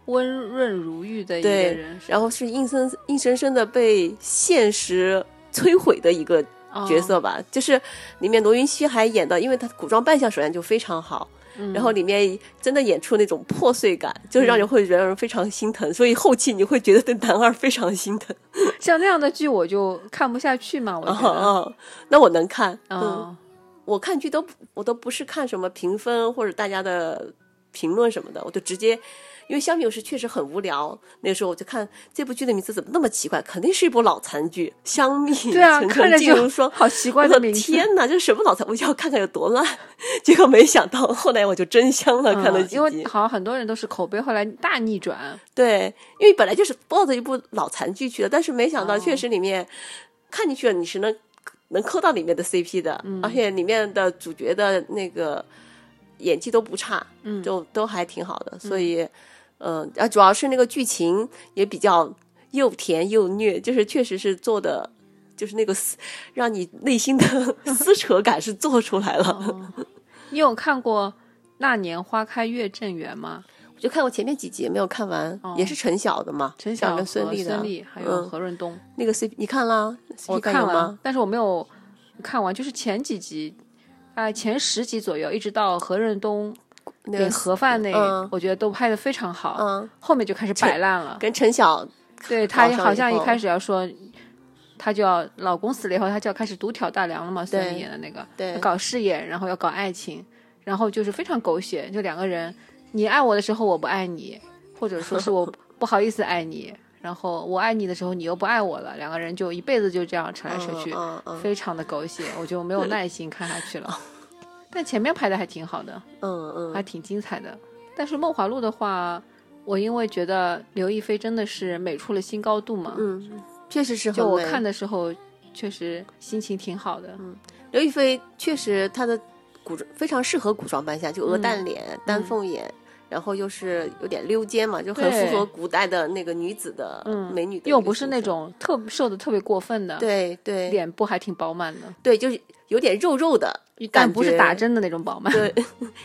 [SPEAKER 2] 温润如玉的一个
[SPEAKER 1] 对
[SPEAKER 2] 人，，
[SPEAKER 1] 然后是硬生硬生生的被现实摧毁的一个
[SPEAKER 2] 哦
[SPEAKER 1] 角色吧。就是里面罗云熙还演的，因为他古装扮相首先就非常好，
[SPEAKER 2] 嗯
[SPEAKER 1] 然后里面真的演出那种破碎感，就是让人会让人非常心疼，所以后期你会觉得对男二非常心疼。
[SPEAKER 2] 像那样的剧我就看不下去嘛，我
[SPEAKER 1] 啊、
[SPEAKER 2] 觉得，
[SPEAKER 1] 哦，那我能看，嗯，
[SPEAKER 2] 嗯，
[SPEAKER 1] 我看剧都我都不是看什么评分或者大家的评论什么的，我就直接。因为相比我是确实很无聊，那个时候我就看这部剧的名字怎么那么奇怪，肯定是一部脑残剧，《香蜜》
[SPEAKER 2] 对啊，
[SPEAKER 1] 陈
[SPEAKER 2] 看
[SPEAKER 1] 诚
[SPEAKER 2] 着
[SPEAKER 1] 烬如
[SPEAKER 2] 就
[SPEAKER 1] 霜，
[SPEAKER 2] 好奇
[SPEAKER 1] 我
[SPEAKER 2] 怪
[SPEAKER 1] 的
[SPEAKER 2] 的名字，
[SPEAKER 1] 天哪，这什么脑残？我就要看看有多烂。 结果没想到，后来我就真香了，
[SPEAKER 2] 嗯
[SPEAKER 1] 看了几集。
[SPEAKER 2] 因为好像很多人都是口碑后来大逆转，
[SPEAKER 1] 对，因为本来就是抱着一部脑残剧去的，但是没想到
[SPEAKER 2] 哦
[SPEAKER 1] 确实里面看进去了，你是能能抠到里面的 CP 的，
[SPEAKER 2] 嗯
[SPEAKER 1] 而且里面的主角的那个演技都不差，
[SPEAKER 2] 嗯
[SPEAKER 1] 就都还挺好的。所以，嗯，啊，主要是那个剧情也比较又甜又虐，就是确实是做的。就是那个撕让你内心的 撕扯感是做出来了。
[SPEAKER 2] 哦你有看过《那年花开月正圆》吗？
[SPEAKER 1] 我 就看过前面几集，没有看完，
[SPEAKER 2] 哦
[SPEAKER 1] 也是陈晓的嘛，
[SPEAKER 2] 陈晓
[SPEAKER 1] 跟
[SPEAKER 2] 呃和
[SPEAKER 1] 孙俪的
[SPEAKER 2] 孙俪还有
[SPEAKER 1] 嗯
[SPEAKER 2] 何润东，
[SPEAKER 1] 那个 CP，你看了？CP
[SPEAKER 2] 我
[SPEAKER 1] 感
[SPEAKER 2] 看
[SPEAKER 1] 有吗
[SPEAKER 2] 完？，但是我没有看完，就是前几集，大概前十集左右，一直到何润东
[SPEAKER 1] 那
[SPEAKER 2] 给
[SPEAKER 1] 个
[SPEAKER 2] 盒饭那，
[SPEAKER 1] 嗯
[SPEAKER 2] 我觉得都拍的非常好，
[SPEAKER 1] 嗯，
[SPEAKER 2] 后面就开始摆烂了。
[SPEAKER 1] 跟陈晓
[SPEAKER 2] 对他
[SPEAKER 1] 上
[SPEAKER 2] 好
[SPEAKER 1] 以
[SPEAKER 2] 像一
[SPEAKER 1] 后
[SPEAKER 2] 开始要说，他就要老公死了以后，他就要开始独挑大梁了嘛。孙俪
[SPEAKER 1] 对
[SPEAKER 2] 演的那个，
[SPEAKER 1] 对
[SPEAKER 2] 搞事业，然后要搞爱情，然后就是非常狗血，就两个人，你爱我的时候我不爱你，或者说是我 不好意思爱你，然后我爱你的时候你又不爱我了，两个人就一辈子就这样扯来扯去，
[SPEAKER 1] 嗯嗯
[SPEAKER 2] 非常的狗血，我就没有耐心看下 去了。但前面拍的还挺好的，
[SPEAKER 1] 嗯
[SPEAKER 2] 还
[SPEAKER 1] 嗯，
[SPEAKER 2] 挺精彩的。但是《梦华录》的话，我因为觉得刘亦菲真的是美出了新高度嘛，
[SPEAKER 1] 嗯，确实是很
[SPEAKER 2] 就我
[SPEAKER 1] 美嗯
[SPEAKER 2] 看的时候确实心情挺好的。
[SPEAKER 1] 刘亦菲确实她的古装非常适合古装扮相，就鹅
[SPEAKER 2] 嗯
[SPEAKER 1] 蛋脸、丹凤眼，然后又是有点溜肩嘛，就很
[SPEAKER 2] 对
[SPEAKER 1] 符合古代的那个女子的
[SPEAKER 2] 嗯
[SPEAKER 1] 美女的一个形象，
[SPEAKER 2] 又不是那种特瘦的特别过分的，，
[SPEAKER 1] 对对
[SPEAKER 2] 脸部还挺饱满的，
[SPEAKER 1] 对，就是有点肉肉的感
[SPEAKER 2] 但
[SPEAKER 1] 觉，
[SPEAKER 2] 不是打针的那种饱 满。
[SPEAKER 1] 对，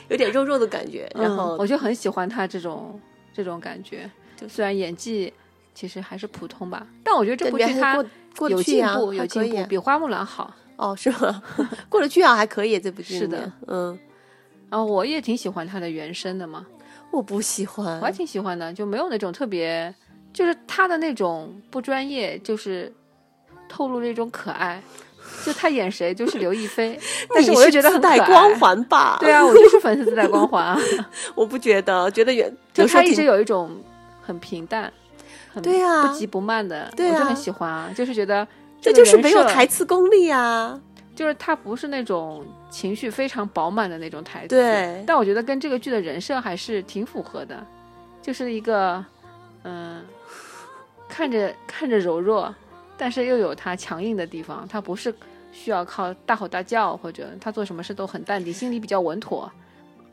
[SPEAKER 1] 有点肉肉的感觉，然
[SPEAKER 2] 嗯
[SPEAKER 1] 后
[SPEAKER 2] 我就很喜欢她这种这种感觉，
[SPEAKER 1] 就
[SPEAKER 2] 虽然演技其实还是普通吧，但我觉得这
[SPEAKER 1] 感
[SPEAKER 2] 部
[SPEAKER 1] 觉还
[SPEAKER 2] 剧
[SPEAKER 1] 是
[SPEAKER 2] 它
[SPEAKER 1] 过过
[SPEAKER 2] 有
[SPEAKER 1] 得去
[SPEAKER 2] 进
[SPEAKER 1] 啊，
[SPEAKER 2] 步，有
[SPEAKER 1] 还可
[SPEAKER 2] 进
[SPEAKER 1] 以
[SPEAKER 2] 步，
[SPEAKER 1] 啊
[SPEAKER 2] 比花木兰好。
[SPEAKER 1] 哦，是吗？ 过得去啊，还可以这部剧
[SPEAKER 2] 是
[SPEAKER 1] 里面
[SPEAKER 2] 的，
[SPEAKER 1] 嗯，
[SPEAKER 2] 然后我也挺喜欢她的原声的嘛，
[SPEAKER 1] 我不喜欢，
[SPEAKER 2] 我，还挺喜欢的，就没有那种特别，就是他的那种不专业，就是透露了一种可爱。就他演谁，就是刘亦菲 但
[SPEAKER 1] 你
[SPEAKER 2] 我又觉得
[SPEAKER 1] 自
[SPEAKER 2] 很可
[SPEAKER 1] 带
[SPEAKER 2] 爱。
[SPEAKER 1] 光环吧？
[SPEAKER 2] 对啊，我就是粉丝自带光 环啊。
[SPEAKER 1] 我不觉得，觉得原
[SPEAKER 2] 就
[SPEAKER 1] 刘
[SPEAKER 2] 他
[SPEAKER 1] 诗
[SPEAKER 2] 一直
[SPEAKER 1] 婷
[SPEAKER 2] 有一种很平淡，很
[SPEAKER 1] 对啊
[SPEAKER 2] 不急不慢的，
[SPEAKER 1] 对
[SPEAKER 2] 我
[SPEAKER 1] 啊
[SPEAKER 2] 就很喜欢啊，就是觉得
[SPEAKER 1] 这
[SPEAKER 2] 个
[SPEAKER 1] 就是
[SPEAKER 2] 人
[SPEAKER 1] 没有
[SPEAKER 2] 设
[SPEAKER 1] 台，词功力啊。
[SPEAKER 2] 就是他不是那种情绪非常饱满的那种台词。
[SPEAKER 1] 对，
[SPEAKER 2] 但我觉得跟这个剧的人设还是挺符合的，就是一个嗯、看着看着柔弱，但是又有他强硬的地方，他不是需要靠大吼大叫或者他做什么事都很淡定，心里比较稳妥，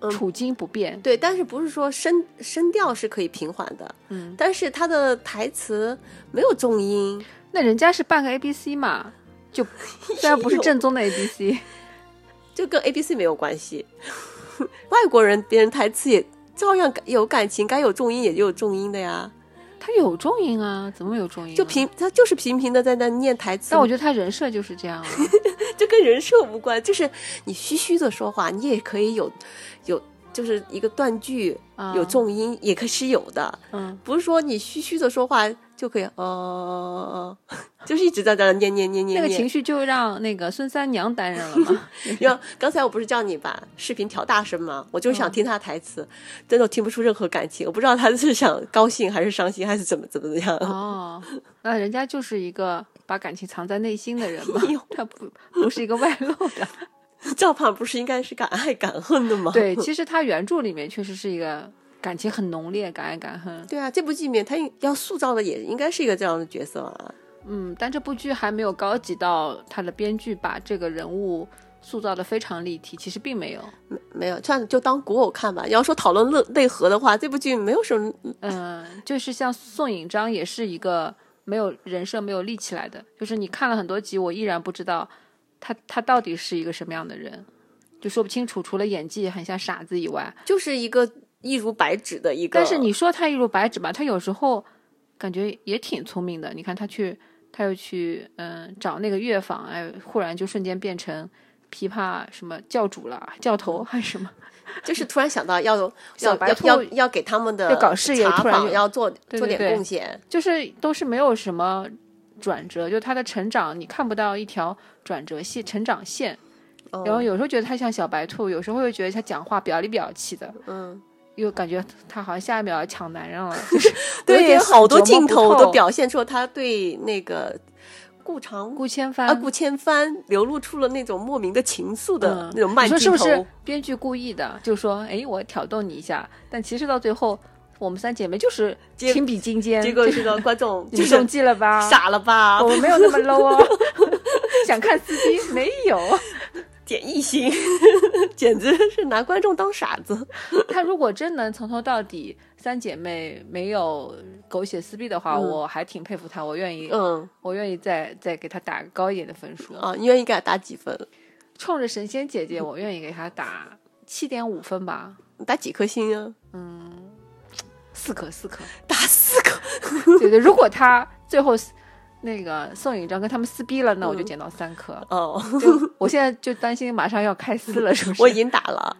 [SPEAKER 1] 嗯
[SPEAKER 2] 处惊不变。
[SPEAKER 1] 对，但是不是说声声调是可以平缓的，
[SPEAKER 2] 嗯，
[SPEAKER 1] 但是他的台词没有重音，
[SPEAKER 2] 那人家是半个 A B C 嘛，就虽然 不是正宗的 A B C，
[SPEAKER 1] 就跟 A B C 没有关系。 外国人别人台词也照样有感情，该有重音也有重音的呀，
[SPEAKER 2] 他有重音啊，怎么有重音、
[SPEAKER 1] 就。平他就是平平的在那念台词。
[SPEAKER 2] 但我觉得他人设就是这 样、啊，
[SPEAKER 1] 这跟人设无关，就是你虚虚的说话，你也可以有有就是一个断句，
[SPEAKER 2] 啊
[SPEAKER 1] 有，重音、也可是有的，
[SPEAKER 2] 嗯，
[SPEAKER 1] 不是说你虚虚的说话就可以，呃， 就是一直在那念念念
[SPEAKER 2] 那
[SPEAKER 1] 念
[SPEAKER 2] 个情
[SPEAKER 1] 念。
[SPEAKER 2] 绪就让那个孙三娘担任了嘛。
[SPEAKER 1] 然后刚才我不是叫你把视频调大声吗？我
[SPEAKER 2] 嗯
[SPEAKER 1] 就是想听他台词，真的听不出任何感情，我不知道他是想高兴还是伤心还是怎么怎么样。
[SPEAKER 2] 哦，那人家就是一个把感情藏在内心的人嘛
[SPEAKER 1] 哎呦，
[SPEAKER 2] 他不不是一个外露 的。
[SPEAKER 1] 赵盼不是应该是敢爱敢恨的吗？
[SPEAKER 2] 对，其实他原著里面确实是一个感情很浓烈、敢爱敢恨。
[SPEAKER 1] 对啊，这部剧里面他应要塑造的也应该是一个这样的角色啊。
[SPEAKER 2] 嗯，但这部剧还没有高级到他的编剧把这个人物塑造的非常立体，其实并没有。
[SPEAKER 1] 没没有，算就当古偶看吧。你要说讨论内内核的话，这部剧没有什么
[SPEAKER 2] 嗯，就是像宋引章也是一个没有人设、没有立起来的，就是你看了很多集，我依然不知道他他到底是一个什么样的人，就说不清楚。除了演技很像傻子以外，
[SPEAKER 1] 就是一个一如白纸的一个。
[SPEAKER 2] 但是你说他一如白纸吧，他有时候感觉也挺聪明的。你看他去，他又去，嗯，找那个乐坊，哎，忽然就瞬间变成琵琶什么教主了，教头还是什么？
[SPEAKER 1] 就是突然想到要要
[SPEAKER 2] 小白
[SPEAKER 1] 要
[SPEAKER 2] 兔
[SPEAKER 1] 要要给他们的
[SPEAKER 2] 要搞事业
[SPEAKER 1] 茶
[SPEAKER 2] 突然
[SPEAKER 1] 坊
[SPEAKER 2] 就
[SPEAKER 1] 要做
[SPEAKER 2] 对
[SPEAKER 1] 做
[SPEAKER 2] 对
[SPEAKER 1] 点
[SPEAKER 2] 对
[SPEAKER 1] 贡献，
[SPEAKER 2] 就是都是没有什么转折，就他的成长，你看不到一条转折线、成长线。然后
[SPEAKER 1] 嗯
[SPEAKER 2] 有时候觉得他像小白兔，有时候又觉得他讲话表里表气的，
[SPEAKER 1] 嗯，
[SPEAKER 2] 又感觉他好像下一秒要抢男人了。 我有
[SPEAKER 1] 对，
[SPEAKER 2] 点
[SPEAKER 1] 好多
[SPEAKER 2] 琢磨
[SPEAKER 1] 镜
[SPEAKER 2] 不
[SPEAKER 1] 头都
[SPEAKER 2] 透
[SPEAKER 1] 表现出他对那个顾长
[SPEAKER 2] 顾千帆
[SPEAKER 1] 啊顾千帆流露出了那种莫名的情愫的
[SPEAKER 2] 嗯
[SPEAKER 1] 那种慢
[SPEAKER 2] 你说
[SPEAKER 1] 镜头，
[SPEAKER 2] 是不是编剧故意的？就说，哎，我挑逗你一下，但其实到最后，我们三姐妹就是
[SPEAKER 1] 结
[SPEAKER 2] 情比金坚，
[SPEAKER 1] 结果
[SPEAKER 2] 就是
[SPEAKER 1] 个观众
[SPEAKER 2] 你
[SPEAKER 1] 就
[SPEAKER 2] 中
[SPEAKER 1] 是
[SPEAKER 2] 计了吧？
[SPEAKER 1] 傻了吧？
[SPEAKER 2] 我没有那么 low 哦。想看司机，没有。
[SPEAKER 1] 点一星，简直是拿观众当傻子。
[SPEAKER 2] 他如果真能从头到底三姐妹没有狗血撕逼的话，
[SPEAKER 1] 嗯
[SPEAKER 2] 我还挺佩服他，我愿意，
[SPEAKER 1] 嗯
[SPEAKER 2] 我愿意再再给他打个高一点的分数。
[SPEAKER 1] 啊，你愿意给他打几分？
[SPEAKER 2] 冲着神仙姐姐，我愿意给他打七点五分吧，
[SPEAKER 1] 打几颗星啊？
[SPEAKER 2] 四颗四颗。
[SPEAKER 1] 打四颗。
[SPEAKER 2] 对对，如果他最后那个宋引章跟他们撕逼了，
[SPEAKER 1] 嗯
[SPEAKER 2] 那我就减到三颗。
[SPEAKER 1] 哦，
[SPEAKER 2] 就我现在就担心马上要开 撕了，是不是？
[SPEAKER 1] 我已经打了，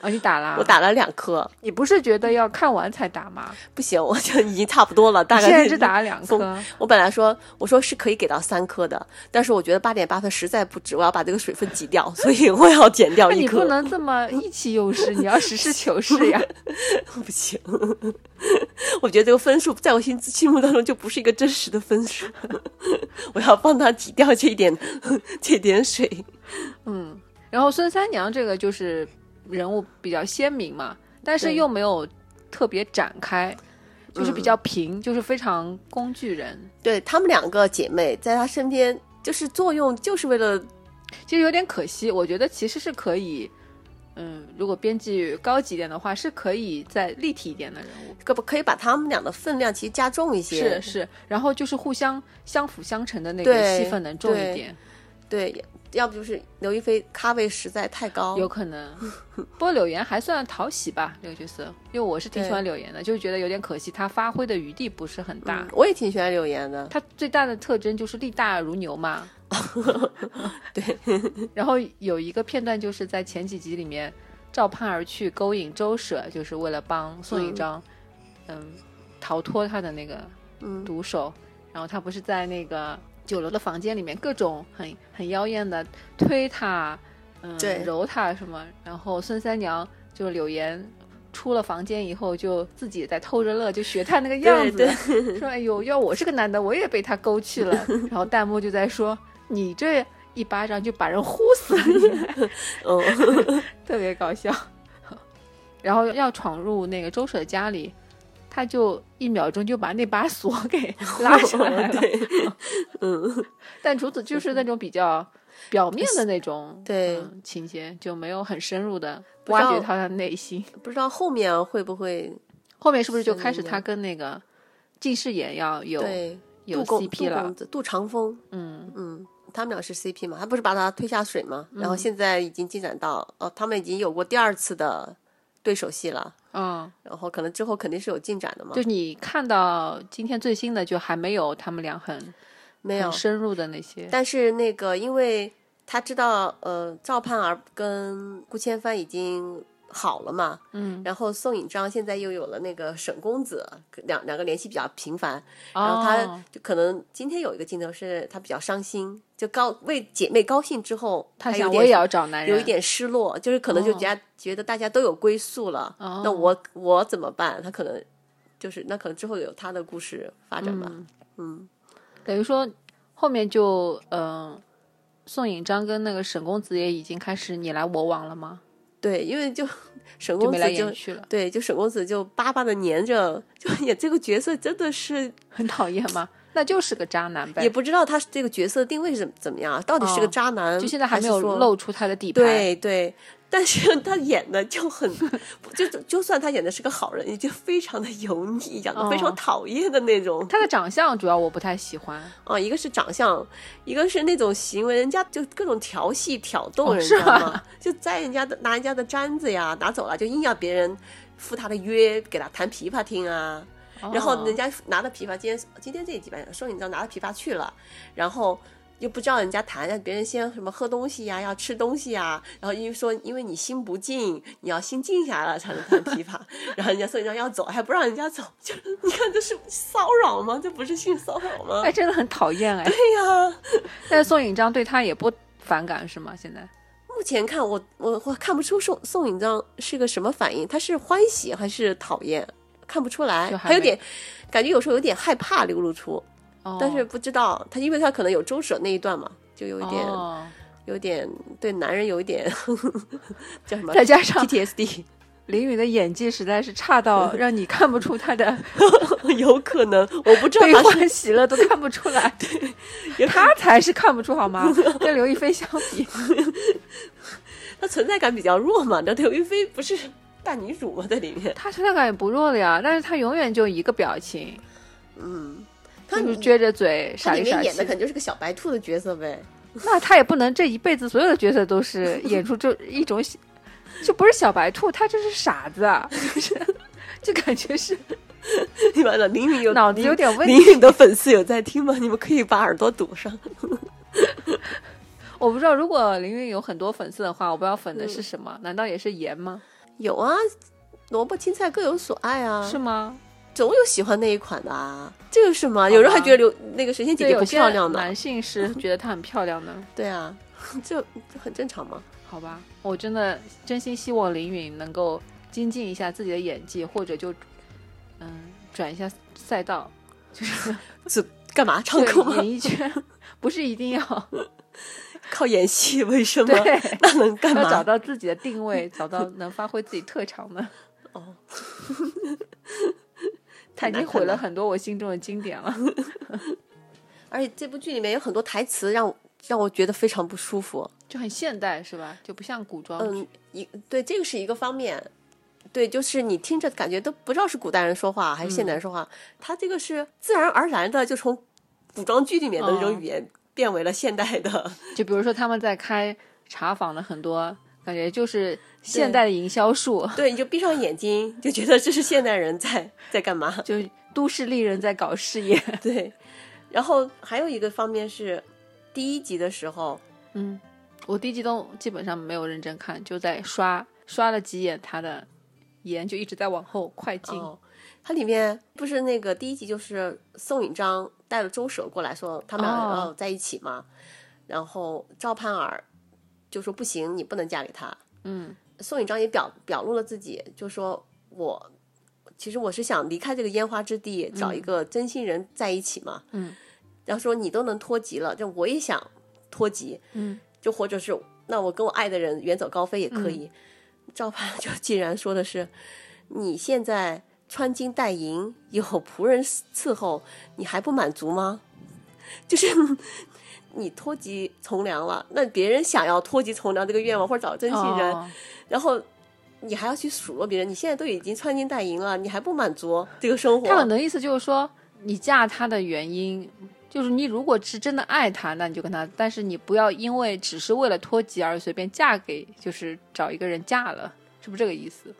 [SPEAKER 2] 啊，你打了啊，
[SPEAKER 1] 我打了两颗，
[SPEAKER 2] 你不是觉得要看完才 打吗？
[SPEAKER 1] 不行，我就已经差不多了，大
[SPEAKER 2] 你
[SPEAKER 1] 概
[SPEAKER 2] 现在只打了两
[SPEAKER 1] 从
[SPEAKER 2] 颗，
[SPEAKER 1] 我本来说，我说是可以给到三颗的，但是我觉得八点八分实在不值，我要把这个水分挤掉，所以我要减掉
[SPEAKER 2] 那
[SPEAKER 1] 一
[SPEAKER 2] 你不
[SPEAKER 1] 颗。
[SPEAKER 2] 能 这么意气用事，你要实事求是呀。
[SPEAKER 1] 不行， 我觉得这个分数在我心心目当中就不是一个真实的分数，我要帮他挤掉这一点 这一点水。
[SPEAKER 2] 嗯，然后孙三娘这个就是人物比较鲜明嘛，但是
[SPEAKER 1] 对嗯
[SPEAKER 2] 又没有特别展开，就是比较平，就是非常工具人，
[SPEAKER 1] 对她们两个姐妹在她身边，就是作用就是为了
[SPEAKER 2] 其实有点可惜。我觉得其实是可以，嗯，如果编剧高级一点的话，是可以再立体一点的人物。
[SPEAKER 1] 可不可以把她们俩的分量其实加重一些
[SPEAKER 2] 是？是，然后就是互相相辅相成的那个
[SPEAKER 1] 对
[SPEAKER 2] 戏份能重一
[SPEAKER 1] 对
[SPEAKER 2] 点，
[SPEAKER 1] 对，要不就是刘亦菲咖位实在太高，
[SPEAKER 2] 有可能。不过柳岩还算讨喜吧，这个角色，因为我是挺喜欢柳岩的，就是觉得有点可惜，她发挥的余地不是很大
[SPEAKER 1] 嗯。我也挺喜欢柳岩的。
[SPEAKER 2] 她最大的特征就是力大如牛嘛。
[SPEAKER 1] 对，
[SPEAKER 2] 然后有一个片段就是在前几集里面，赵盼儿去勾引周舍，就是为了帮宋一章，嗯逃脱他的那个
[SPEAKER 1] 嗯
[SPEAKER 2] 毒手。然后他不是在那个酒楼的房间里面各种很很妖艳的推他，嗯，
[SPEAKER 1] 对
[SPEAKER 2] 揉他什么。然后孙三娘就是柳岩。出了房间以后，就自己在偷着乐，就学他那个样子，
[SPEAKER 1] 对
[SPEAKER 2] 说：“哎呦，要我是个男的，我也被他勾 去了。”然后弹幕就在说：“你这一巴掌就把人呼死了你。”
[SPEAKER 1] 嗯。
[SPEAKER 2] 特别搞笑。 然后要闯入那个周舍家里，他就一秒钟就把那把锁 给拉下来了。
[SPEAKER 1] 哦 对，嗯，
[SPEAKER 2] 但除此就是那种比较表面的那种
[SPEAKER 1] 对
[SPEAKER 2] 嗯情节，就没有很深入的
[SPEAKER 1] 不知
[SPEAKER 2] 挖
[SPEAKER 1] 道
[SPEAKER 2] 掘他的内心。
[SPEAKER 1] 不知道后面会不会
[SPEAKER 2] 后面是不是就
[SPEAKER 1] 深
[SPEAKER 2] 开始
[SPEAKER 1] 入
[SPEAKER 2] 他跟那个近视眼要有
[SPEAKER 1] 对
[SPEAKER 2] 有
[SPEAKER 1] 杜公
[SPEAKER 2] CP
[SPEAKER 1] 杜
[SPEAKER 2] 了
[SPEAKER 1] 公？子杜长风，
[SPEAKER 2] 嗯，
[SPEAKER 1] 嗯，他们俩是 CP 嘛，他不是把他推下水嘛，然后现在已经进展到哦，他们已经有过第二次的对手戏了，
[SPEAKER 2] 啊、
[SPEAKER 1] 然后可能之后肯定是有进展的嘛，
[SPEAKER 2] 就你看到今天最新的，就还没有他们俩很
[SPEAKER 1] 没有
[SPEAKER 2] 很，深入的那些。
[SPEAKER 1] 但是那个因为他知道呃赵盼儿跟顾千帆已经。好了嘛，
[SPEAKER 2] 嗯，
[SPEAKER 1] 然后宋引章现在又有了那个沈公子，两两个联系比较频繁，然后他
[SPEAKER 2] 哦
[SPEAKER 1] 就可能今天有一个镜头是他比较伤心，就高为姐妹高兴之后，
[SPEAKER 2] 他
[SPEAKER 1] 有
[SPEAKER 2] 想我也
[SPEAKER 1] 点
[SPEAKER 2] 要找男人，
[SPEAKER 1] 有一点失落，就是可能就
[SPEAKER 2] 哦
[SPEAKER 1] 觉得、觉得大家都有归宿了，
[SPEAKER 2] 哦
[SPEAKER 1] 那我我怎么办？他可能就是那可能之后有他的故事发展吧。嗯
[SPEAKER 2] 等于说后面就嗯、呃宋引章跟那个沈公子也已经开始你来我往了吗？
[SPEAKER 1] 对，因为就沈
[SPEAKER 2] 就
[SPEAKER 1] 公
[SPEAKER 2] 眉来
[SPEAKER 1] 子就
[SPEAKER 2] 眼去了，
[SPEAKER 1] 对，就沈公子就巴巴的黏着，就演这个角色真的是
[SPEAKER 2] 很讨厌吗？那就是个渣男呗
[SPEAKER 1] 也。不知道他这个角色定位是怎么怎么样，到底是个
[SPEAKER 2] 哦
[SPEAKER 1] 渣男，
[SPEAKER 2] 就现在
[SPEAKER 1] 还
[SPEAKER 2] 还
[SPEAKER 1] 是
[SPEAKER 2] 没有
[SPEAKER 1] 说
[SPEAKER 2] 露出他的底牌，
[SPEAKER 1] 对对，但是他演的就 很，就就算他演的是个好人，也就非常的油腻，讲的非常
[SPEAKER 2] 哦
[SPEAKER 1] 讨厌的那种。
[SPEAKER 2] 他的长相主要我不太喜欢，
[SPEAKER 1] 啊，一个是长相，一个是那种行为，人家就各种调戏、挑逗
[SPEAKER 2] 哦
[SPEAKER 1] 人
[SPEAKER 2] 是
[SPEAKER 1] 家
[SPEAKER 2] 吗
[SPEAKER 1] 嘛，就摘人家的拿人家的簪子呀，拿走了，就硬要别人赴他的约，给他弹琵琶听啊。然后人
[SPEAKER 2] 家
[SPEAKER 1] 家拿了琵琶，今天今天这一集吧，说你知道拿了琵琶去了，然后又不知道人家谈，让别人先什么喝东西呀，要吃东西呀，然后因为说因为你心不静，你要心静下来了才能弹琵琶， 然后人家宋一章要走，还不让人家走， 就是你看这是骚扰吗？这不是性骚扰吗
[SPEAKER 2] 哎？真的很讨厌哎。
[SPEAKER 1] 对呀、
[SPEAKER 2] 但是宋引章对他也不反感是吗？现在
[SPEAKER 1] 目前看我我我看不出宋宋引章是个什么反应，他是欢喜还是讨厌？看不出来，
[SPEAKER 2] 就还
[SPEAKER 1] 还有
[SPEAKER 2] 没
[SPEAKER 1] 点感觉有时候有点害怕流露出，
[SPEAKER 2] 哦，
[SPEAKER 1] 但是不知道他，因为他可能有周舍那一段嘛，就有一点、
[SPEAKER 2] 哦
[SPEAKER 1] 有点对男人有一点 叫什么
[SPEAKER 2] 再加上
[SPEAKER 1] PTSD，
[SPEAKER 2] 林允的演技实在是差到让你看不出她的
[SPEAKER 1] 有可能我不知道
[SPEAKER 2] 悲
[SPEAKER 1] 他是
[SPEAKER 2] 欢喜乐都看不出来， 她才是看不出 好吗？跟刘亦菲相比，
[SPEAKER 1] 他存在感比较弱嘛，那刘亦菲不是大女主嘛在里面，
[SPEAKER 2] 她存在感也不弱了呀，但是她永远就一个表情，
[SPEAKER 1] 嗯，他
[SPEAKER 2] 就是撅着嘴
[SPEAKER 1] 他
[SPEAKER 2] 傻
[SPEAKER 1] 里
[SPEAKER 2] 里傻
[SPEAKER 1] 面演的
[SPEAKER 2] 气
[SPEAKER 1] 可。能就是个小白兔的角色 呗，
[SPEAKER 2] 那她也不能这一辈子所有的角色 都是演出这一种小，就不是小白兔，她就是傻子啊， 就感觉是
[SPEAKER 1] 完了，林允有
[SPEAKER 2] 脑子有点问题。
[SPEAKER 1] 林允的粉丝有在听吗？你们可以把耳朵堵上。
[SPEAKER 2] 我不知道，如果林允有很多粉丝的话，我不知道粉
[SPEAKER 1] 嗯
[SPEAKER 2] 的是什么？难道也是盐吗？
[SPEAKER 1] 有啊，萝卜青菜各有所爱啊，
[SPEAKER 2] 是吗？
[SPEAKER 1] 总有喜欢那一款的啊，这有什么？有人还觉得刘那个神仙姐
[SPEAKER 2] 就
[SPEAKER 1] 姐
[SPEAKER 2] 有
[SPEAKER 1] 不
[SPEAKER 2] 些
[SPEAKER 1] 漂亮呢，
[SPEAKER 2] 男 性是觉得她很漂亮呢。
[SPEAKER 1] 对啊， 这这很正常嘛。
[SPEAKER 2] 好吧，我真的真心希望林允能够精进一下自己的演技，或者就嗯转一下赛道，
[SPEAKER 1] 干嘛唱歌
[SPEAKER 2] 就
[SPEAKER 1] 吗？
[SPEAKER 2] 演艺圈 不是一定要
[SPEAKER 1] 靠演戏？为什么？
[SPEAKER 2] 对，
[SPEAKER 1] 那能干
[SPEAKER 2] 要找
[SPEAKER 1] 嘛？
[SPEAKER 2] 到自己的定位， 找到能发挥自己特长 的。
[SPEAKER 1] 哦，
[SPEAKER 2] 他已
[SPEAKER 1] 难
[SPEAKER 2] 经
[SPEAKER 1] 看
[SPEAKER 2] 毁了
[SPEAKER 1] 了
[SPEAKER 2] 很多我心中的经典 了。
[SPEAKER 1] 而且这部剧里面有很多台词让我让我觉得非常不舒服。
[SPEAKER 2] 就很现代是吧？就不像古装剧。
[SPEAKER 1] 嗯，一对这个是一个方面，对，就是你听着感觉都不知道是古代人说话还是现代人说话，
[SPEAKER 2] 嗯
[SPEAKER 1] 他这个是自然而然的就从古装剧里面的那
[SPEAKER 2] 哦
[SPEAKER 1] 种语言变为了现代的。
[SPEAKER 2] 就比如说他们在开茶坊的很多，感觉就是现代的营销术，
[SPEAKER 1] 对，你就闭上眼睛，就觉得这是现代人在在干嘛。
[SPEAKER 2] 就都市丽人在搞事业。
[SPEAKER 1] 对，然后还有一个方面是，第一集的时候，
[SPEAKER 2] 嗯， 我第一季都基本上没有认真看，就在刷刷了几眼他的颜，就一直在往后快进。
[SPEAKER 1] 哦，它里面不是那个第一集就是宋引章带了周舍过来说他们俩
[SPEAKER 2] 哦
[SPEAKER 1] 要在一起嘛，然后赵盼儿就说不行，你不能嫁给他。呃
[SPEAKER 2] 嗯，
[SPEAKER 1] 宋引章也表表露了自己，就说我其实我是想离开这个烟花之地，找一个真心人在一起嘛。
[SPEAKER 2] 嗯，
[SPEAKER 1] 然后说你都能脱籍了，就我也想脱籍。
[SPEAKER 2] 嗯，
[SPEAKER 1] 就或者是那我跟我爱的人远走高飞也可以。赵盼就竟然说的是你现在穿金戴银，有仆人伺候，你还不满足吗？ 就是 你脱籍从良了，那别人想要脱籍从良这个愿望或者找真心人，
[SPEAKER 2] 哦
[SPEAKER 1] 然后你还要去数落别人，你现在都已经穿金戴银了，你还不满足这个生
[SPEAKER 2] 他可
[SPEAKER 1] 活？
[SPEAKER 2] 能意思就是说，你嫁他的原因。就是你如果是真的爱他，那你就跟他；但是你不要因为只是为了脱籍而随便嫁给，就是找一个人嫁了，是不是这个意思？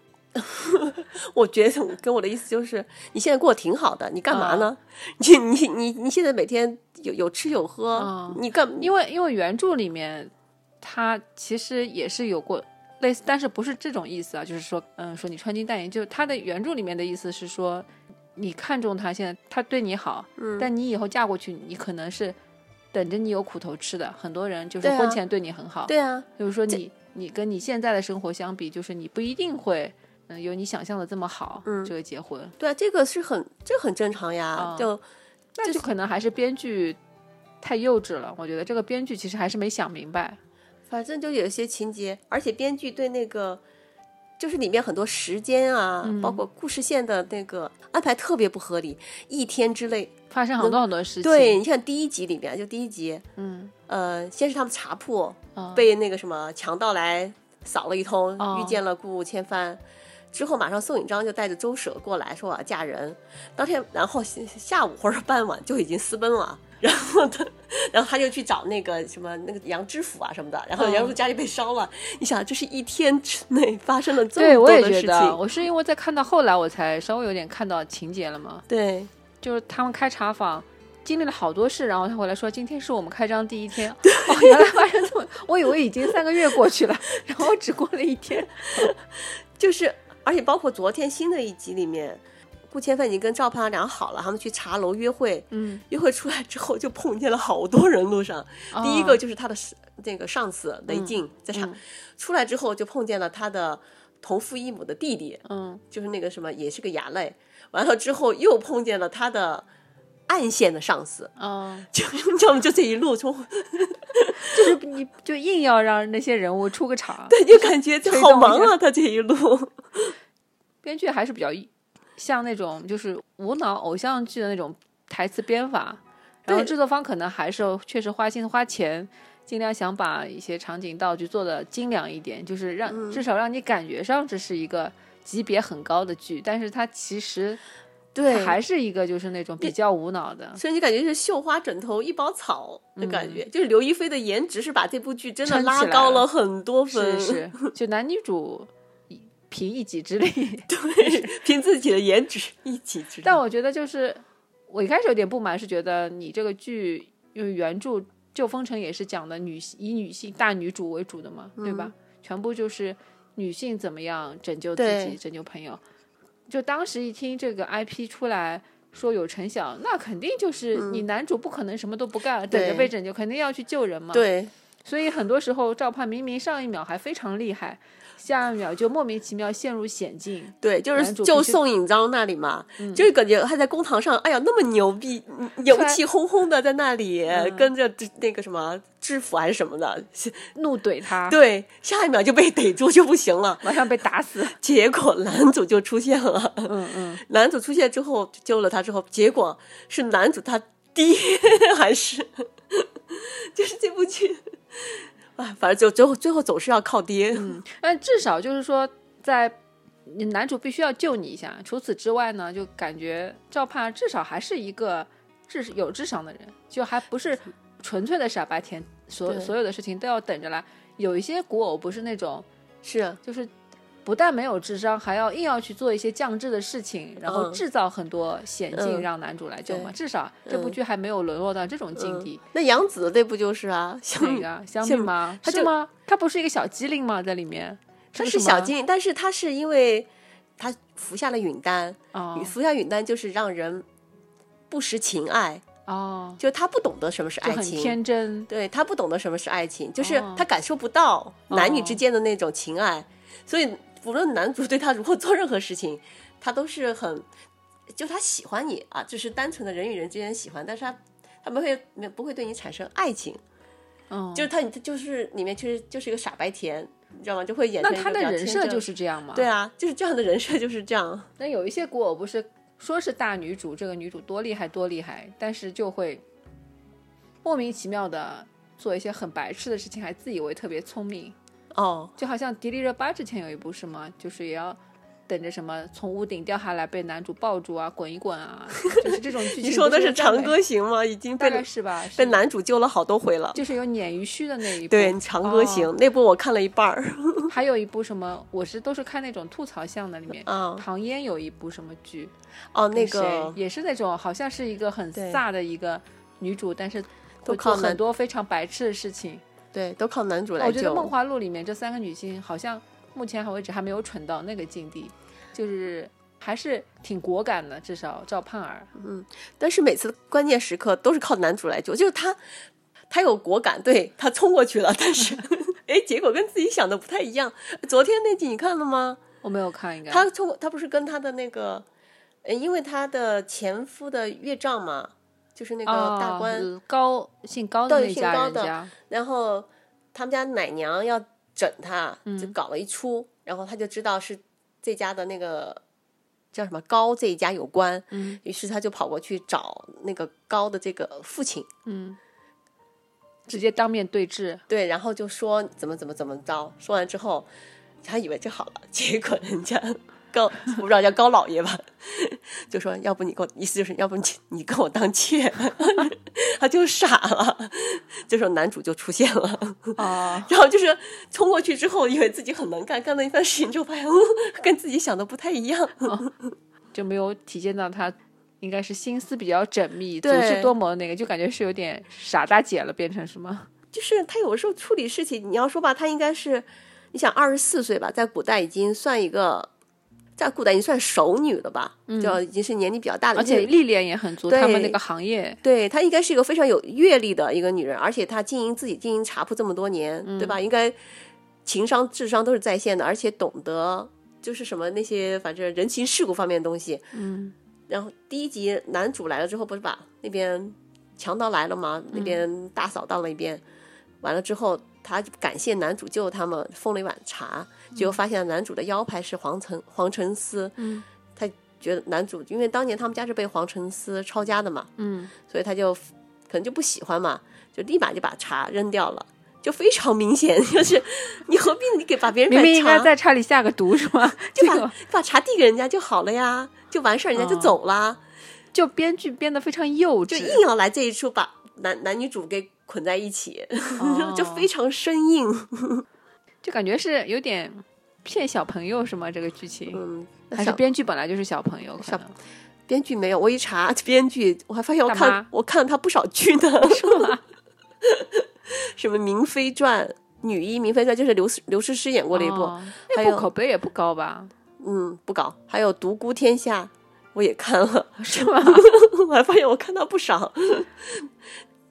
[SPEAKER 1] 我觉得我跟我的意思就是，你现在过得挺好的，你干
[SPEAKER 2] 啊
[SPEAKER 1] 嘛呢？你你你你现在每天有有吃有喝，
[SPEAKER 2] 嗯
[SPEAKER 1] 你干
[SPEAKER 2] 因为因为原著里面，他其实也是有过类似，但是不是这种意思啊，就是说，嗯，说你穿金戴银，就是他的原著里面的意思是说，你看中他现在他对你好，
[SPEAKER 1] 嗯
[SPEAKER 2] 但你以后嫁过去，你可能是等着你有苦头吃的。很多人就是
[SPEAKER 1] 对啊
[SPEAKER 2] 婚前对你很好，
[SPEAKER 1] 对啊，
[SPEAKER 2] 就是说你你跟你现在的生活相比，就是你不一定会。嗯，有你想象的这么好，
[SPEAKER 1] 嗯
[SPEAKER 2] 这个结婚，
[SPEAKER 1] 对啊，这个是很这很正常呀
[SPEAKER 2] 嗯，
[SPEAKER 1] 就
[SPEAKER 2] 那就可能还是编剧太幼稚了。我觉得这个编剧其实还是没想明白，
[SPEAKER 1] 反正就有一些情节，而且编剧对那个。就是里面很多时间啊，
[SPEAKER 2] 嗯
[SPEAKER 1] 包括故事线的那个安排特别不合理，一天之内。
[SPEAKER 2] 发生很多很多事情。
[SPEAKER 1] 对，你看第一集里面，就第一集，
[SPEAKER 2] 嗯，
[SPEAKER 1] 呃，先是他们茶铺
[SPEAKER 2] 啊
[SPEAKER 1] 被那个什么强盗来扫了一通，
[SPEAKER 2] 哦
[SPEAKER 1] 遇见了顾千帆。之后马上宋引章就带着周舍过来说我要嫁人，当天然后下下午或者傍晚就已经私奔了，然后他然后他就去找那个什么那个杨知府啊什么的，然后
[SPEAKER 2] 嗯
[SPEAKER 1] 杨知府家里被烧了，你想这是一天之内发生了这
[SPEAKER 2] 对，
[SPEAKER 1] 么
[SPEAKER 2] 我
[SPEAKER 1] 多
[SPEAKER 2] 也
[SPEAKER 1] 的
[SPEAKER 2] 觉
[SPEAKER 1] 事
[SPEAKER 2] 得，
[SPEAKER 1] 情，
[SPEAKER 2] 我是因为在看到后来，我才稍微有点看到情节了嘛。
[SPEAKER 1] 对
[SPEAKER 2] 就是他们开茶坊，经历了好多事，然后他回来说，今天是我们开张第一天。哦，原来发生这么，我以为已经三个月过去了，然后只过了一天。
[SPEAKER 1] 就是，而且包括昨天新的一集里面，顾千帆已经跟赵盼儿俩好了，他们去茶楼约会，
[SPEAKER 2] 嗯，
[SPEAKER 1] 约会出来之后就碰见了好多人，路上、第一个
[SPEAKER 2] 哦
[SPEAKER 1] 就是他的是那个上司雷
[SPEAKER 2] 嗯
[SPEAKER 1] 静，在茶、
[SPEAKER 2] 嗯
[SPEAKER 1] 出来之后就碰见了他的同父异母的弟弟，
[SPEAKER 2] 嗯，
[SPEAKER 1] 就是那个什么也是个牙类，完了之后又碰见了他的暗线的上司，
[SPEAKER 2] 哦，
[SPEAKER 1] 就要么就这一路从
[SPEAKER 2] 就是你就硬要让那些人物出个场，
[SPEAKER 1] 对，就感觉
[SPEAKER 2] 推
[SPEAKER 1] 好
[SPEAKER 2] 动一
[SPEAKER 1] 忙
[SPEAKER 2] 下
[SPEAKER 1] 啊，他这一路，
[SPEAKER 2] 编剧还是比较像那种就是无脑偶像剧的那种台词编法，然后
[SPEAKER 1] 对
[SPEAKER 2] 制作方可能还是确实花心花钱，尽量想把一些场景道具做的精良一点，就是让、
[SPEAKER 1] 嗯
[SPEAKER 2] 至少让你感觉上这是一个级别很高的剧，但是它其实它
[SPEAKER 1] 对，
[SPEAKER 2] 还是一个就是那种比较无脑的。
[SPEAKER 1] 所以你感觉是绣花枕头一包草的感觉，就是刘亦菲的颜值是把这部剧真的
[SPEAKER 2] 嗯撑起
[SPEAKER 1] 拉
[SPEAKER 2] 来
[SPEAKER 1] 高
[SPEAKER 2] 了
[SPEAKER 1] 了很多分，
[SPEAKER 2] 是是，就男女主一凭一己之力。
[SPEAKER 1] 对，凭自己的颜值一起知
[SPEAKER 2] 但
[SPEAKER 1] 道。
[SPEAKER 2] 我觉得就是我一开始有点不满，是觉得你这个剧因为原著《旧风城》也是讲的女以女性大女主为主的嘛，对
[SPEAKER 1] 嗯
[SPEAKER 2] 吧？全部就是女性怎么样拯救自己、
[SPEAKER 1] 对
[SPEAKER 2] 拯救朋友。就当时一听这个 IP 出来说有陈晓，那肯定就是你男主不可能什么都不干，等
[SPEAKER 1] 嗯
[SPEAKER 2] 着
[SPEAKER 1] 对
[SPEAKER 2] 被拯救，肯定要去救人嘛。
[SPEAKER 1] 对，
[SPEAKER 2] 所以很多时候，赵盼明明上一秒还非常厉害，下一秒就莫名其妙陷入险境。
[SPEAKER 1] 对，就
[SPEAKER 2] 男
[SPEAKER 1] 是
[SPEAKER 2] 主
[SPEAKER 1] 就
[SPEAKER 2] 必须嗯
[SPEAKER 1] 宋引章那里嘛，就是感觉他在公堂上，哎呀，那么牛逼，嗯油
[SPEAKER 2] 对
[SPEAKER 1] 气烘烘的在那里，
[SPEAKER 2] 嗯
[SPEAKER 1] 跟着这那个什么制服还是什么的，
[SPEAKER 2] 怒怼他，
[SPEAKER 1] 对，下一秒就被逮住就不行了。
[SPEAKER 2] 马上被打死。
[SPEAKER 1] 结果男主就出现了，
[SPEAKER 2] 嗯嗯，
[SPEAKER 1] 男主出现之后救了他之后，结果是男主他爹 还是，就是这部剧，啊，反正就最后最后总是要靠爹，
[SPEAKER 2] 但至少就是说，在男主必须要救你一下。除此之外呢，就感觉赵盼至少还是一个智有智商的人，就还不是纯粹的傻白甜，所
[SPEAKER 1] 对
[SPEAKER 2] 所有的事情都要等着来。有一些古偶不是那种
[SPEAKER 1] 是
[SPEAKER 2] 就是啊不但没有智商，还要硬要去做一些降智的事情，然后
[SPEAKER 1] 嗯
[SPEAKER 2] 制造很多险境
[SPEAKER 1] 嗯
[SPEAKER 2] 让男主来救嘛。
[SPEAKER 1] 对
[SPEAKER 2] 至少这部
[SPEAKER 1] 嗯
[SPEAKER 2] 剧还没有沦落到这种境 地。哎
[SPEAKER 1] 那杨紫那不就是啊，像
[SPEAKER 2] 哪个香蜜
[SPEAKER 1] 像
[SPEAKER 2] 吗？
[SPEAKER 1] 他
[SPEAKER 2] 是
[SPEAKER 1] 就
[SPEAKER 2] 吗？他不是一个小机灵吗？在里面，
[SPEAKER 1] 他
[SPEAKER 2] 这
[SPEAKER 1] 是
[SPEAKER 2] 个
[SPEAKER 1] 小
[SPEAKER 2] 吗
[SPEAKER 1] 精灵，但是他是因为他服下了允丹，
[SPEAKER 2] 哦
[SPEAKER 1] 服下允丹就是让人不识情爱，
[SPEAKER 2] 哦，
[SPEAKER 1] 就他不懂得什么是
[SPEAKER 2] 就
[SPEAKER 1] 爱
[SPEAKER 2] 很
[SPEAKER 1] 情，
[SPEAKER 2] 天真。
[SPEAKER 1] 对他不懂得什么是爱情，就是
[SPEAKER 2] 哦
[SPEAKER 1] 他感受不到男女
[SPEAKER 2] 哦
[SPEAKER 1] 之间的那种情爱，所以无论男主对他如何做任何事情，他都是很，就他喜欢你啊，就是单纯的人与人之间的喜欢，但是他他们会没有不会对你产生爱情，
[SPEAKER 2] 嗯，
[SPEAKER 1] 就是他他就是里面就是就是一个傻白甜，你知道吗？就会演
[SPEAKER 2] 那
[SPEAKER 1] 成一
[SPEAKER 2] 他
[SPEAKER 1] 个
[SPEAKER 2] 的
[SPEAKER 1] 比较
[SPEAKER 2] 人
[SPEAKER 1] 天
[SPEAKER 2] 设
[SPEAKER 1] 真
[SPEAKER 2] 就是这样嘛。
[SPEAKER 1] 对，啊，就是这样的人设就是这样，
[SPEAKER 2] 那有一些古偶不是说是大女主，这个女主多厉害多厉害，但是就会莫名其妙的做一些很白痴的事情，还自以为特别聪明。
[SPEAKER 1] 哦，
[SPEAKER 2] 就好像迪丽热巴之前有一部是吗？就是也要等着什么从屋顶掉下来被男主抱住啊，滚一滚啊， 就是这种剧情。
[SPEAKER 1] 你 说的
[SPEAKER 2] 不
[SPEAKER 1] 是《
[SPEAKER 2] 在
[SPEAKER 1] 长
[SPEAKER 2] 美
[SPEAKER 1] 歌行》吗？已经
[SPEAKER 2] 大
[SPEAKER 1] 被
[SPEAKER 2] 概是吧？是
[SPEAKER 1] 被男主救了好多回了。
[SPEAKER 2] 就是哦有鲶鱼须的那一部，
[SPEAKER 1] 对，《长歌行》那部我看了一半儿，
[SPEAKER 2] 哦还有一部什么？我是都是看那种吐槽向的，里面
[SPEAKER 1] 啊，
[SPEAKER 2] 唐嫣有一部什么剧，
[SPEAKER 1] 哦，那
[SPEAKER 2] 跟谁
[SPEAKER 1] 个
[SPEAKER 2] 也嗯是那种好像是一个很
[SPEAKER 1] 对
[SPEAKER 2] 飒的一个女主，但是
[SPEAKER 1] 都
[SPEAKER 2] 会做
[SPEAKER 1] 靠男
[SPEAKER 2] 很多非常白痴的事情。
[SPEAKER 1] 对，都靠男主来
[SPEAKER 2] 我觉得《
[SPEAKER 1] 救。
[SPEAKER 2] 梦华录》里面这三个女性好像目前还为止还没有蠢到那个境地，就是还是挺果敢的，至少赵盼儿
[SPEAKER 1] 但是每次关键时刻都是靠男主来救，就是他，他有果敢，对他冲过去了，但 是，哎，结果跟自己想的不太一样。昨天那集你看了吗？
[SPEAKER 2] 我没有看应该。
[SPEAKER 1] 他冲过，他不是跟他的那个，呃因为他的前夫的岳丈嘛，就是那个大
[SPEAKER 2] 哦
[SPEAKER 1] 官，
[SPEAKER 2] 呃高姓高的
[SPEAKER 1] 对
[SPEAKER 2] 那
[SPEAKER 1] 姓
[SPEAKER 2] 家
[SPEAKER 1] 高
[SPEAKER 2] 人
[SPEAKER 1] 的
[SPEAKER 2] 家，
[SPEAKER 1] 然后他们家奶娘要整他，就搞了一出，然后他就知道是这家的那个叫什么高这一家有关，
[SPEAKER 2] 嗯
[SPEAKER 1] 于是他就跑过去找那个高的这个父亲，
[SPEAKER 2] 嗯，直接当面对质，
[SPEAKER 1] 对，然后就说怎么怎么怎么着，说完之后，他以为这好了，结果人家高，我不知道叫高老爷吧， 就说要不你给我，意思就是要不你你跟我当妾， 他就傻了， 这时候男主就出现了。
[SPEAKER 2] 哦，
[SPEAKER 1] 然后就是冲过去之后，以为自己很能干，干了一番事情之后，发现、嗯跟自己想的不太一样。
[SPEAKER 2] 就没有体现到他应该是心思比较缜密、足
[SPEAKER 1] 对
[SPEAKER 2] 智多谋的那个，就感觉是有点傻大姐了，变成什么？
[SPEAKER 1] 就是他有的时候处理事情，你要说吧，他应该是，你想二十四岁吧，在古代已经算一个，在古代已经算熟女了吧，就已经是年龄比较大的，
[SPEAKER 2] 嗯而且历练也很足，他们
[SPEAKER 1] 对
[SPEAKER 2] 那个行业，
[SPEAKER 1] 对她应该是一个非常有阅历的一个女人，而且她经营自己经营茶铺这么多年，对吧？应该情商、智商都是在线的，而且懂得就是什么那些反正人情世故方面的东西。嗯。然后第一集男主来了之后，不是把那边强盗来了吗？那边大扫荡了一遍，完了之后，他感谢男主救他们，奉了一碗茶，结果发现男主的腰牌是黄承黄承思，
[SPEAKER 2] 嗯
[SPEAKER 1] 他觉得男主因为当年他们家是被黄承思抄家的嘛，
[SPEAKER 2] 嗯，
[SPEAKER 1] 所以他就可能就不喜欢嘛，就立马就把茶扔掉了。就非常明显， 就是你何必你给把别人
[SPEAKER 2] 明
[SPEAKER 1] 把
[SPEAKER 2] 明应该
[SPEAKER 1] 茶
[SPEAKER 2] 在茶里下个毒是 吗？
[SPEAKER 1] 就
[SPEAKER 2] 这
[SPEAKER 1] 把
[SPEAKER 2] 个
[SPEAKER 1] 把茶递给人家就好了呀，就完事儿，人
[SPEAKER 2] 哦
[SPEAKER 1] 家就走啦，
[SPEAKER 2] 就编剧编得非常幼
[SPEAKER 1] 就
[SPEAKER 2] 稚，
[SPEAKER 1] 硬要来这一出，把男男女主给捆在一起，
[SPEAKER 2] 哦
[SPEAKER 1] 就非常生硬。
[SPEAKER 2] 就感觉是有点骗小朋友是吗？这个剧情
[SPEAKER 1] 嗯，那
[SPEAKER 2] 还是
[SPEAKER 1] 小
[SPEAKER 2] 编剧本来就是小朋友，可
[SPEAKER 1] 小
[SPEAKER 2] 能
[SPEAKER 1] 编剧没有，我一查编剧，我还发现我
[SPEAKER 2] 大妈
[SPEAKER 1] 看我看了他不少剧呢， 什么《明妃传》。女一《明妃传》就是刘诗刘诗诗演过的一部，
[SPEAKER 2] 哦
[SPEAKER 1] 还
[SPEAKER 2] 那
[SPEAKER 1] 有
[SPEAKER 2] 部口碑也不高吧？
[SPEAKER 1] 嗯，不搞。还有《独孤天下》，我也看了，
[SPEAKER 2] 是吗？
[SPEAKER 1] 我还发现我看到不少。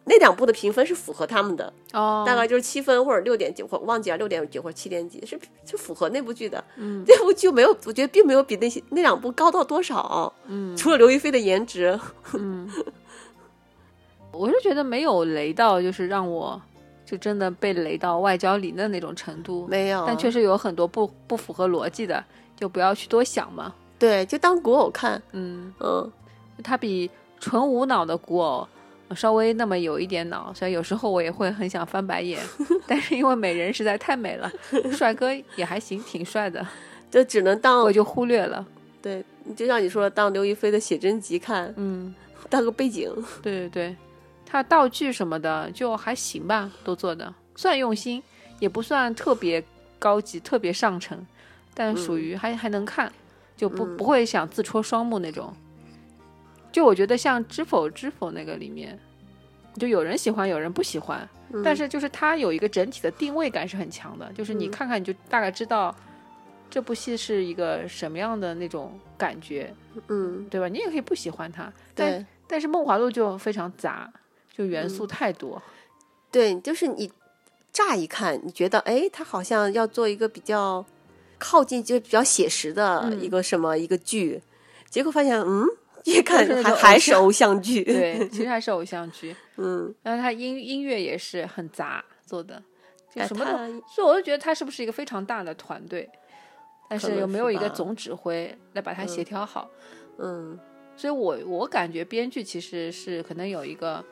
[SPEAKER 1] 那两部的评分是符合他们的，
[SPEAKER 2] 哦，
[SPEAKER 1] 大概就是七分或者六点几，我忘记了六点几或者七点几，是是符合那部剧的。
[SPEAKER 2] 嗯
[SPEAKER 1] 那部剧没有，我觉得并没有比那些那两部高到多少，
[SPEAKER 2] 嗯
[SPEAKER 1] 除了刘亦菲的颜 值，
[SPEAKER 2] 嗯，我是觉得没有雷到，就是让我就真的被雷到外焦里嫩那种程度，
[SPEAKER 1] 没有啊。
[SPEAKER 2] 但确实有很多不不符合逻辑的，就不要去多想嘛。
[SPEAKER 1] 对，就当古偶看，
[SPEAKER 2] 嗯，
[SPEAKER 1] 嗯，
[SPEAKER 2] 它比纯无脑的古偶。稍微那么有一点脑，虽然有时候我也会很想翻白眼， 但是因为美人实在太美了，帅哥也还行，挺帅的，
[SPEAKER 1] 就只能当
[SPEAKER 2] 我就忽略了。
[SPEAKER 1] 对，就像你说的，当刘亦菲的写真集看，
[SPEAKER 2] 嗯，
[SPEAKER 1] 当个背景。
[SPEAKER 2] 对对对，它道具什么的就还行吧，都做的算用心，也不算特别高级、特别上乘，但属于还、还能看，就不、不会想自戳双目那种。就我觉得像《知否知否》那个里面，就有人喜欢，有人不喜欢，但是就是它有一个整体的定位感是很强的，就是你
[SPEAKER 1] 嗯
[SPEAKER 2] 看看你就大概知道这部戏是一个什么样的那种感觉，
[SPEAKER 1] 嗯，
[SPEAKER 2] 对吧？你也可以不喜欢它，但
[SPEAKER 1] 对
[SPEAKER 2] 但是《梦华录》就非常杂，就元
[SPEAKER 1] 嗯
[SPEAKER 2] 素 太多。
[SPEAKER 1] 对，就是你乍一看，你觉得哎，他好像要做一个比较靠近，就比较写实的
[SPEAKER 2] 嗯
[SPEAKER 1] 一个什么、一个剧，结果发现嗯，越看
[SPEAKER 2] 就是
[SPEAKER 1] 还
[SPEAKER 2] 那种
[SPEAKER 1] 还
[SPEAKER 2] 偶
[SPEAKER 1] 是偶像剧。
[SPEAKER 2] 对，其实还是偶像剧，
[SPEAKER 1] 嗯，
[SPEAKER 2] 然后它音音乐也是很杂做的，就
[SPEAKER 1] 哎
[SPEAKER 2] 什么都。
[SPEAKER 1] 他
[SPEAKER 2] 所以我就觉得它是不是一个非常大的团队，但
[SPEAKER 1] 可
[SPEAKER 2] 是
[SPEAKER 1] 能
[SPEAKER 2] 有没
[SPEAKER 1] 是
[SPEAKER 2] 有一
[SPEAKER 1] 吧
[SPEAKER 2] 个总指挥来把它协调好？
[SPEAKER 1] 嗯
[SPEAKER 2] 所以我我感觉编剧其实是可能有一个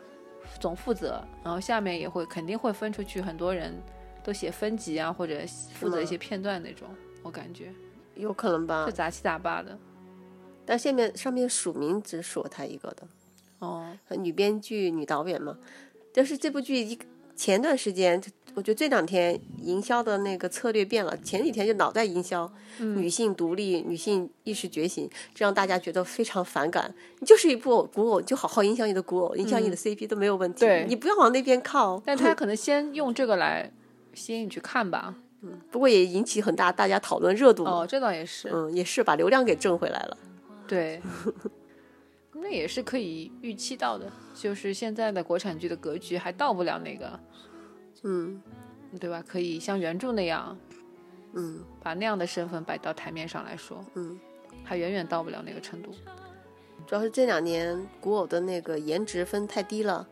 [SPEAKER 2] 总负责，然后下面也会肯定会分出去很多人都写分级啊，或者负责一
[SPEAKER 1] 吗
[SPEAKER 2] 些片段那种。我感觉
[SPEAKER 1] 有可能吧
[SPEAKER 2] 就，杂七杂八的。
[SPEAKER 1] 但下面上面署名只署了他一个的，
[SPEAKER 2] 哦，
[SPEAKER 1] 女编剧、女导演嘛。但是这部剧一前段时间，我觉得这两天营销的那个策略变了，前几天就老在营销、
[SPEAKER 2] 嗯
[SPEAKER 1] 女性独立、女性意识觉醒，这让大家觉得非常反感。你就是一部古偶，你就好好影响你的古偶，影响你的 CP 都没有问题，
[SPEAKER 2] 嗯对
[SPEAKER 1] 你不要往那边靠。
[SPEAKER 2] 但他可能先用这个来吸引你去看吧。
[SPEAKER 1] 不过也引起很大大家讨论热度嘛，
[SPEAKER 2] 哦，这倒也是，
[SPEAKER 1] 嗯，也是把流量给挣回来了。
[SPEAKER 2] 对，那也是可以预期到的。就是现在的国产剧的格局还到不了那个，
[SPEAKER 1] 嗯
[SPEAKER 2] 对吧？可以像原著那样，
[SPEAKER 1] 嗯，
[SPEAKER 2] 把那样的身份摆到台面上来说，
[SPEAKER 1] 嗯，
[SPEAKER 2] 还远远到不了那个程度。
[SPEAKER 1] 主要是这两年古偶的那个颜值分太低了，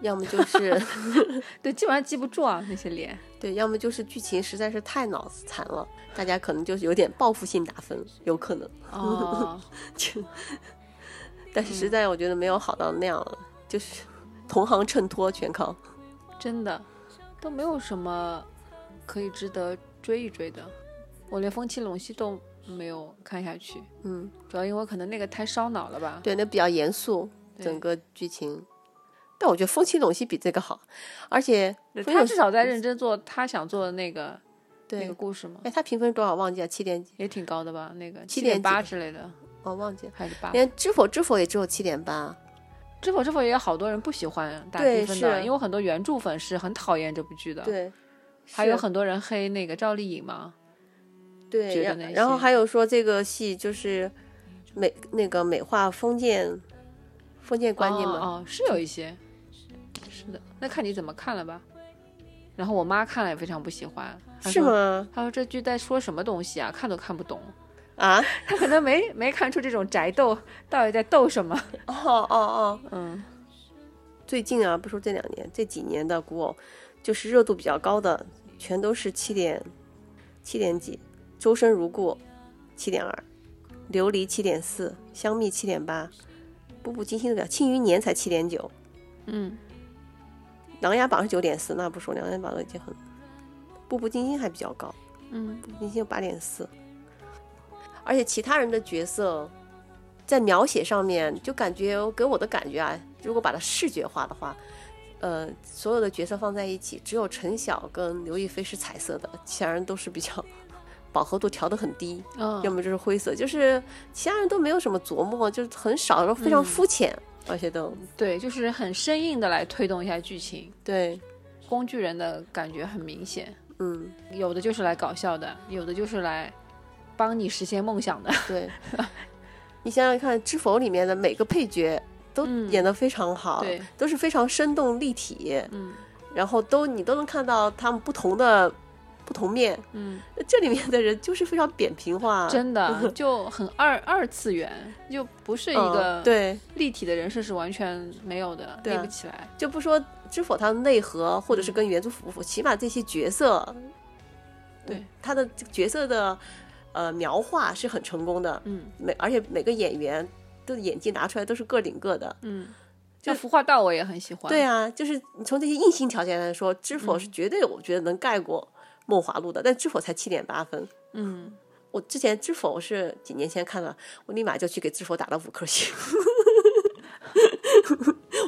[SPEAKER 1] 要么就是
[SPEAKER 2] 对，基本上记不住啊那些脸。
[SPEAKER 1] 对，要么就是剧情实在是太脑子残了，大家可能就是有点报复性打分，有可能。
[SPEAKER 2] 哦，
[SPEAKER 1] 但是实
[SPEAKER 2] 嗯
[SPEAKER 1] 在我觉得没有好到那样了，就是 同行衬托全靠。
[SPEAKER 2] 啊真的都没有什么可以值得追一追的。我连《风起陇西》都没有看下去，
[SPEAKER 1] 嗯，
[SPEAKER 2] 主要因为可能那个太烧脑了吧。
[SPEAKER 1] 对，那比较严肃，
[SPEAKER 2] 对
[SPEAKER 1] 整个剧情。但我觉得《风起陇西》比这个好，而且
[SPEAKER 2] 对
[SPEAKER 1] 没
[SPEAKER 2] 他
[SPEAKER 1] 有嗯
[SPEAKER 2] 至少在认真做他想做的那个那
[SPEAKER 1] 对
[SPEAKER 2] 个，故事嘛，
[SPEAKER 1] 哎，他评分多少忘记了，七点几，
[SPEAKER 2] 也挺高的吧？那个
[SPEAKER 1] 七点
[SPEAKER 2] 点
[SPEAKER 1] 几
[SPEAKER 2] 八之类的，
[SPEAKER 1] 哦，忘记了。
[SPEAKER 2] 还是八？
[SPEAKER 1] 连《知否知否》也只有七点八，
[SPEAKER 2] 知否知否也有好多人不喜欢打
[SPEAKER 1] 对
[SPEAKER 2] 低分的，
[SPEAKER 1] 是
[SPEAKER 2] 因为很多原著粉是很讨厌这部剧的，
[SPEAKER 1] 对，
[SPEAKER 2] 还有
[SPEAKER 1] 是
[SPEAKER 2] 很多人黑那个赵丽颖嘛，觉
[SPEAKER 1] 对，
[SPEAKER 2] 得
[SPEAKER 1] 然
[SPEAKER 2] 那些
[SPEAKER 1] 然后还有说这个戏就是美那个美化封建封建观念嘛，
[SPEAKER 2] 哦哦，是有一些，是的，那看你怎么看了吧。然后我妈看了也非常不喜欢，她
[SPEAKER 1] 是
[SPEAKER 2] 说？
[SPEAKER 1] 吗？
[SPEAKER 2] 她说这剧在说什么东西啊，看都看不懂。
[SPEAKER 1] 啊，
[SPEAKER 2] 她可能没没看出这种宅斗到底在斗什么。
[SPEAKER 1] 哦哦哦，
[SPEAKER 2] 嗯，
[SPEAKER 1] 最近啊，不说这两年，这几年的古偶就是热度比较高的，全都是七点七点几，《周生如故》七点二，《琉璃》七点四，《香蜜》七点八，《步步惊心》的表，《庆余年》才七点九，
[SPEAKER 2] 嗯，
[SPEAKER 1] 《琅琊榜》是九点四，那不说，《琅琊榜》都已经很，《步步惊心》还比较高，
[SPEAKER 2] 嗯，
[SPEAKER 1] 明星有八点四，而且其他人的角色在描写上面，就感觉给我的感觉啊，如果把它视觉化的话，呃，所有的角色放在一起，只有陈晓跟刘亦菲是彩色的，其他人都是比较饱和度调得很低，
[SPEAKER 2] 哦
[SPEAKER 1] 要么就是灰色，就是其他人都没有什么琢磨，就是很少，非常
[SPEAKER 2] 嗯
[SPEAKER 1] 肤浅，而且都
[SPEAKER 2] 对，就是很生硬的来推动一下剧情，
[SPEAKER 1] 对，
[SPEAKER 2] 工具人的感觉很明显，
[SPEAKER 1] 嗯，
[SPEAKER 2] 有的就是来搞笑的，有的就是来帮你实现梦想的，
[SPEAKER 1] 对。 你想想看，《知否》里面的每个配角都
[SPEAKER 2] 嗯
[SPEAKER 1] 演得非常好，
[SPEAKER 2] 对，
[SPEAKER 1] 都是非常生动立体，
[SPEAKER 2] 嗯
[SPEAKER 1] 然后都你都能看到他们不同的不同面。
[SPEAKER 2] 嗯，
[SPEAKER 1] 那这里面的人就是非常扁平化，
[SPEAKER 2] 真的就很二二次元，就不是一
[SPEAKER 1] 啊嗯
[SPEAKER 2] 个
[SPEAKER 1] 对，
[SPEAKER 2] 立体的人设是完全没有的，
[SPEAKER 1] 对
[SPEAKER 2] 立
[SPEAKER 1] 啊
[SPEAKER 2] 不起来。
[SPEAKER 1] 就不说知否它的内核，或者是跟原著符不符，起码这些角色，
[SPEAKER 2] 对
[SPEAKER 1] 他的角色的呃描画是很成功的，
[SPEAKER 2] 嗯
[SPEAKER 1] 每而且每个演员的演技拿出来都是个顶个的。
[SPEAKER 2] 嗯，
[SPEAKER 1] 就
[SPEAKER 2] 就服化道我也很喜欢。
[SPEAKER 1] 对啊，就是你从这些硬性条件来说，知
[SPEAKER 2] 嗯
[SPEAKER 1] 否是绝对我觉得能盖过梦华录的，但知否才七点八分。
[SPEAKER 2] 嗯，
[SPEAKER 1] 我之前知否是几年前看了，我立马就去给知否打了五颗星。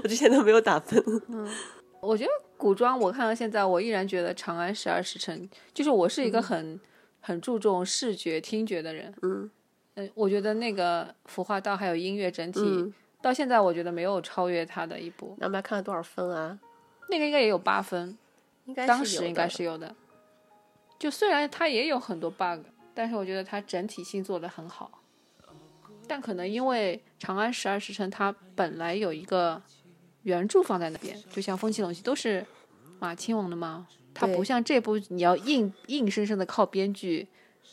[SPEAKER 1] 我之前都没有打分，
[SPEAKER 2] 我觉得古装我看到现在，我依然觉得《长安十二时辰》就是我是一个很、很注重视觉、听觉的人。
[SPEAKER 1] 嗯
[SPEAKER 2] 嗯，我觉得那个服化道还有音乐整体，
[SPEAKER 1] 嗯
[SPEAKER 2] 到现在我觉得没有超越它的一部。
[SPEAKER 1] 那我们来看看多少分啊？
[SPEAKER 2] 那个应该也有八分，
[SPEAKER 1] 应该是
[SPEAKER 2] 当
[SPEAKER 1] 有
[SPEAKER 2] 时
[SPEAKER 1] 的
[SPEAKER 2] 应该是有的。就虽然它也有很多 bug，但是我觉得它整体性做得很好。但可能因为《长安十二时辰》它本来有一个原著放在那边，就像《风起陇西》都是马亲王的嘛，它
[SPEAKER 1] 对
[SPEAKER 2] 不像这部你要硬硬生生的靠编剧，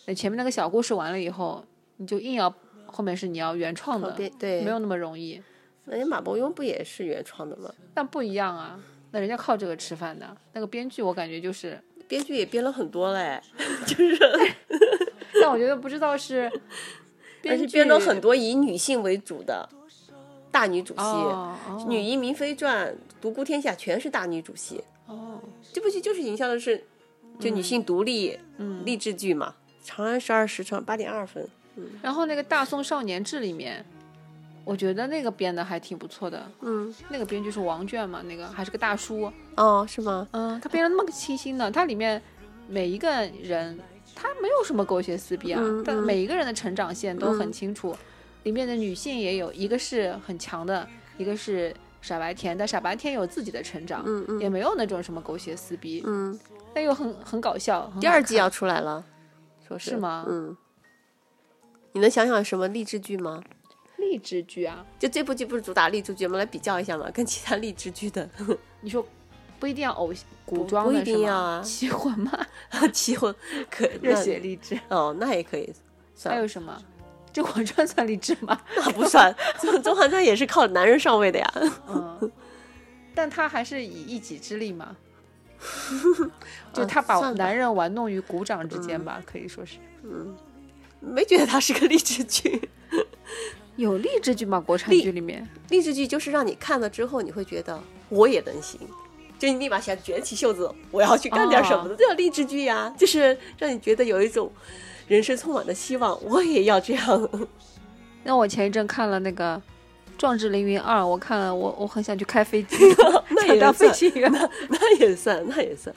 [SPEAKER 2] 呃前面那个小故事完了以后，你就硬要后面是你要原创
[SPEAKER 1] 靠
[SPEAKER 2] 的，
[SPEAKER 1] 边对，
[SPEAKER 2] 没有那么容易。
[SPEAKER 1] 那人家哎马伯庸不也是原创的吗？
[SPEAKER 2] 但不一样啊，那人家靠这个吃饭的，那个编剧我感觉就是
[SPEAKER 1] 编剧也编了很多嘞，
[SPEAKER 2] 但我觉得不知道是
[SPEAKER 1] 而
[SPEAKER 2] 编
[SPEAKER 1] 且
[SPEAKER 2] 剧
[SPEAKER 1] 编了很多以女性为主的大女主戏，
[SPEAKER 2] 哦哦
[SPEAKER 1] 女医明妃传》《独孤天下》全是大女主戏。
[SPEAKER 2] 哦，
[SPEAKER 1] 这部剧就是营销的是就女性独立、
[SPEAKER 2] 嗯
[SPEAKER 1] 励志剧嘛，长安十二时辰》八点二分。
[SPEAKER 2] 然后那个《大宋少年志》里面，我觉得那个编的还挺不错的。
[SPEAKER 1] 嗯，
[SPEAKER 2] 那个编剧是王娟嘛，那个还是个大叔。
[SPEAKER 1] 哦，是吗？
[SPEAKER 2] 嗯，他编的那么清新呢，他里面每一个人他没有什么狗血撕逼啊，
[SPEAKER 1] 嗯
[SPEAKER 2] 但
[SPEAKER 1] 嗯
[SPEAKER 2] 每一个人的成长线都很
[SPEAKER 1] 嗯
[SPEAKER 2] 清楚。里面的女性也有一个是很强的，一个是傻白甜的，傻白甜有自己的成长，
[SPEAKER 1] 嗯嗯
[SPEAKER 2] 也没有那种什么狗血撕逼，
[SPEAKER 1] 嗯，
[SPEAKER 2] 但又很很搞笑。很好
[SPEAKER 1] 第二季要出来了，说
[SPEAKER 2] 是吗
[SPEAKER 1] 嗯，你能想想什么励志剧吗？
[SPEAKER 2] 励志剧啊，
[SPEAKER 1] 就这部剧不是主打励志剧，我们来比较一下嘛，跟其他励志剧的
[SPEAKER 2] 你说不一定要偶像古装的
[SPEAKER 1] 不一定
[SPEAKER 2] 是吗
[SPEAKER 1] 要 啊
[SPEAKER 2] 奇魂嘛，
[SPEAKER 1] 奇魂可
[SPEAKER 2] 热血励志，
[SPEAKER 1] 那哦，那也可以
[SPEAKER 2] 还
[SPEAKER 1] 算，
[SPEAKER 2] 有什么？甄嬛传算励志吗？
[SPEAKER 1] 那啊不算。 甄甄嬛传也是靠男人上位的呀，
[SPEAKER 2] 嗯， 但他还是以一己之力 嘛，就他
[SPEAKER 1] 啊
[SPEAKER 2] 把
[SPEAKER 1] 算吧
[SPEAKER 2] 男人玩弄于股掌之间吧，可以说是
[SPEAKER 1] 没觉得它是个励志剧。
[SPEAKER 2] 有励志剧吗？国产
[SPEAKER 1] 励
[SPEAKER 2] 剧里面
[SPEAKER 1] 励志剧就是让你看了之后，你会觉得我也能行，就你立马想卷起袖子，我要去干点什么
[SPEAKER 2] 啊
[SPEAKER 1] 的，这叫励志剧呀、就是让你觉得有一种人生充满了希望，我也要这样。
[SPEAKER 2] 那我前一阵看了那个《壮志凌云二》，我看了我我很想去开飞机，
[SPEAKER 1] 那
[SPEAKER 2] 想
[SPEAKER 1] 也
[SPEAKER 2] 当飞
[SPEAKER 1] 算
[SPEAKER 2] 行员，
[SPEAKER 1] 那也算，那也算。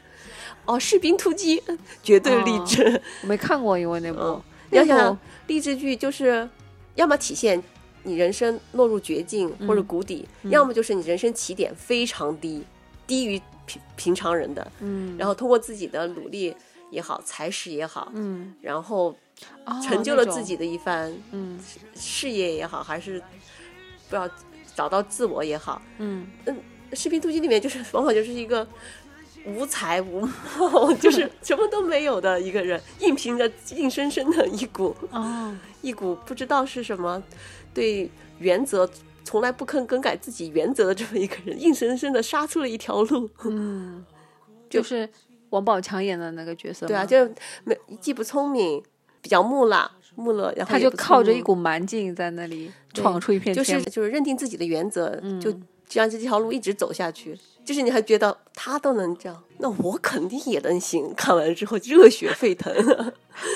[SPEAKER 1] 哦，士兵突击绝对励志。
[SPEAKER 2] 我 没看过，因为那部
[SPEAKER 1] 嗯你要
[SPEAKER 2] 那
[SPEAKER 1] 想
[SPEAKER 2] 部
[SPEAKER 1] 想，哦励志剧就是要么体现你人生落入绝境或者谷底，要么就是你人生起点非常低，低于平平常人的，
[SPEAKER 2] 嗯
[SPEAKER 1] 然后通过自己的努力也好，才识也好，
[SPEAKER 2] 嗯，
[SPEAKER 1] 然后
[SPEAKER 2] 哦
[SPEAKER 1] 成就了自，己的一番
[SPEAKER 2] 那种嗯
[SPEAKER 1] 事业也好，还是不知道找到自我也好，
[SPEAKER 2] 嗯。
[SPEAKER 1] 《士兵突击》里面就是往往就是一个无才无貌，就是什么都没有的一个人，硬凭着硬生生的一股
[SPEAKER 2] 哦，
[SPEAKER 1] 一股不知道是什么对原则从来不肯更改自己原则的这么一个人，硬生生的杀出了一条路。
[SPEAKER 2] 嗯，就是王宝强演的那个角色 嘛，
[SPEAKER 1] 对啊，就是没既不聪明，比较木讷木讷，然后
[SPEAKER 2] 他
[SPEAKER 1] 也
[SPEAKER 2] 就
[SPEAKER 1] 不聪
[SPEAKER 2] 靠着
[SPEAKER 1] 明
[SPEAKER 2] 一股蛮劲在那里
[SPEAKER 1] 对
[SPEAKER 2] 闯出一片
[SPEAKER 1] 就
[SPEAKER 2] 天。
[SPEAKER 1] 是就是认定自己的原则，
[SPEAKER 2] 嗯
[SPEAKER 1] 就这样这条路一直走下去。就是你还觉得他都能这样，那我肯定也能行。看完之后热血沸腾，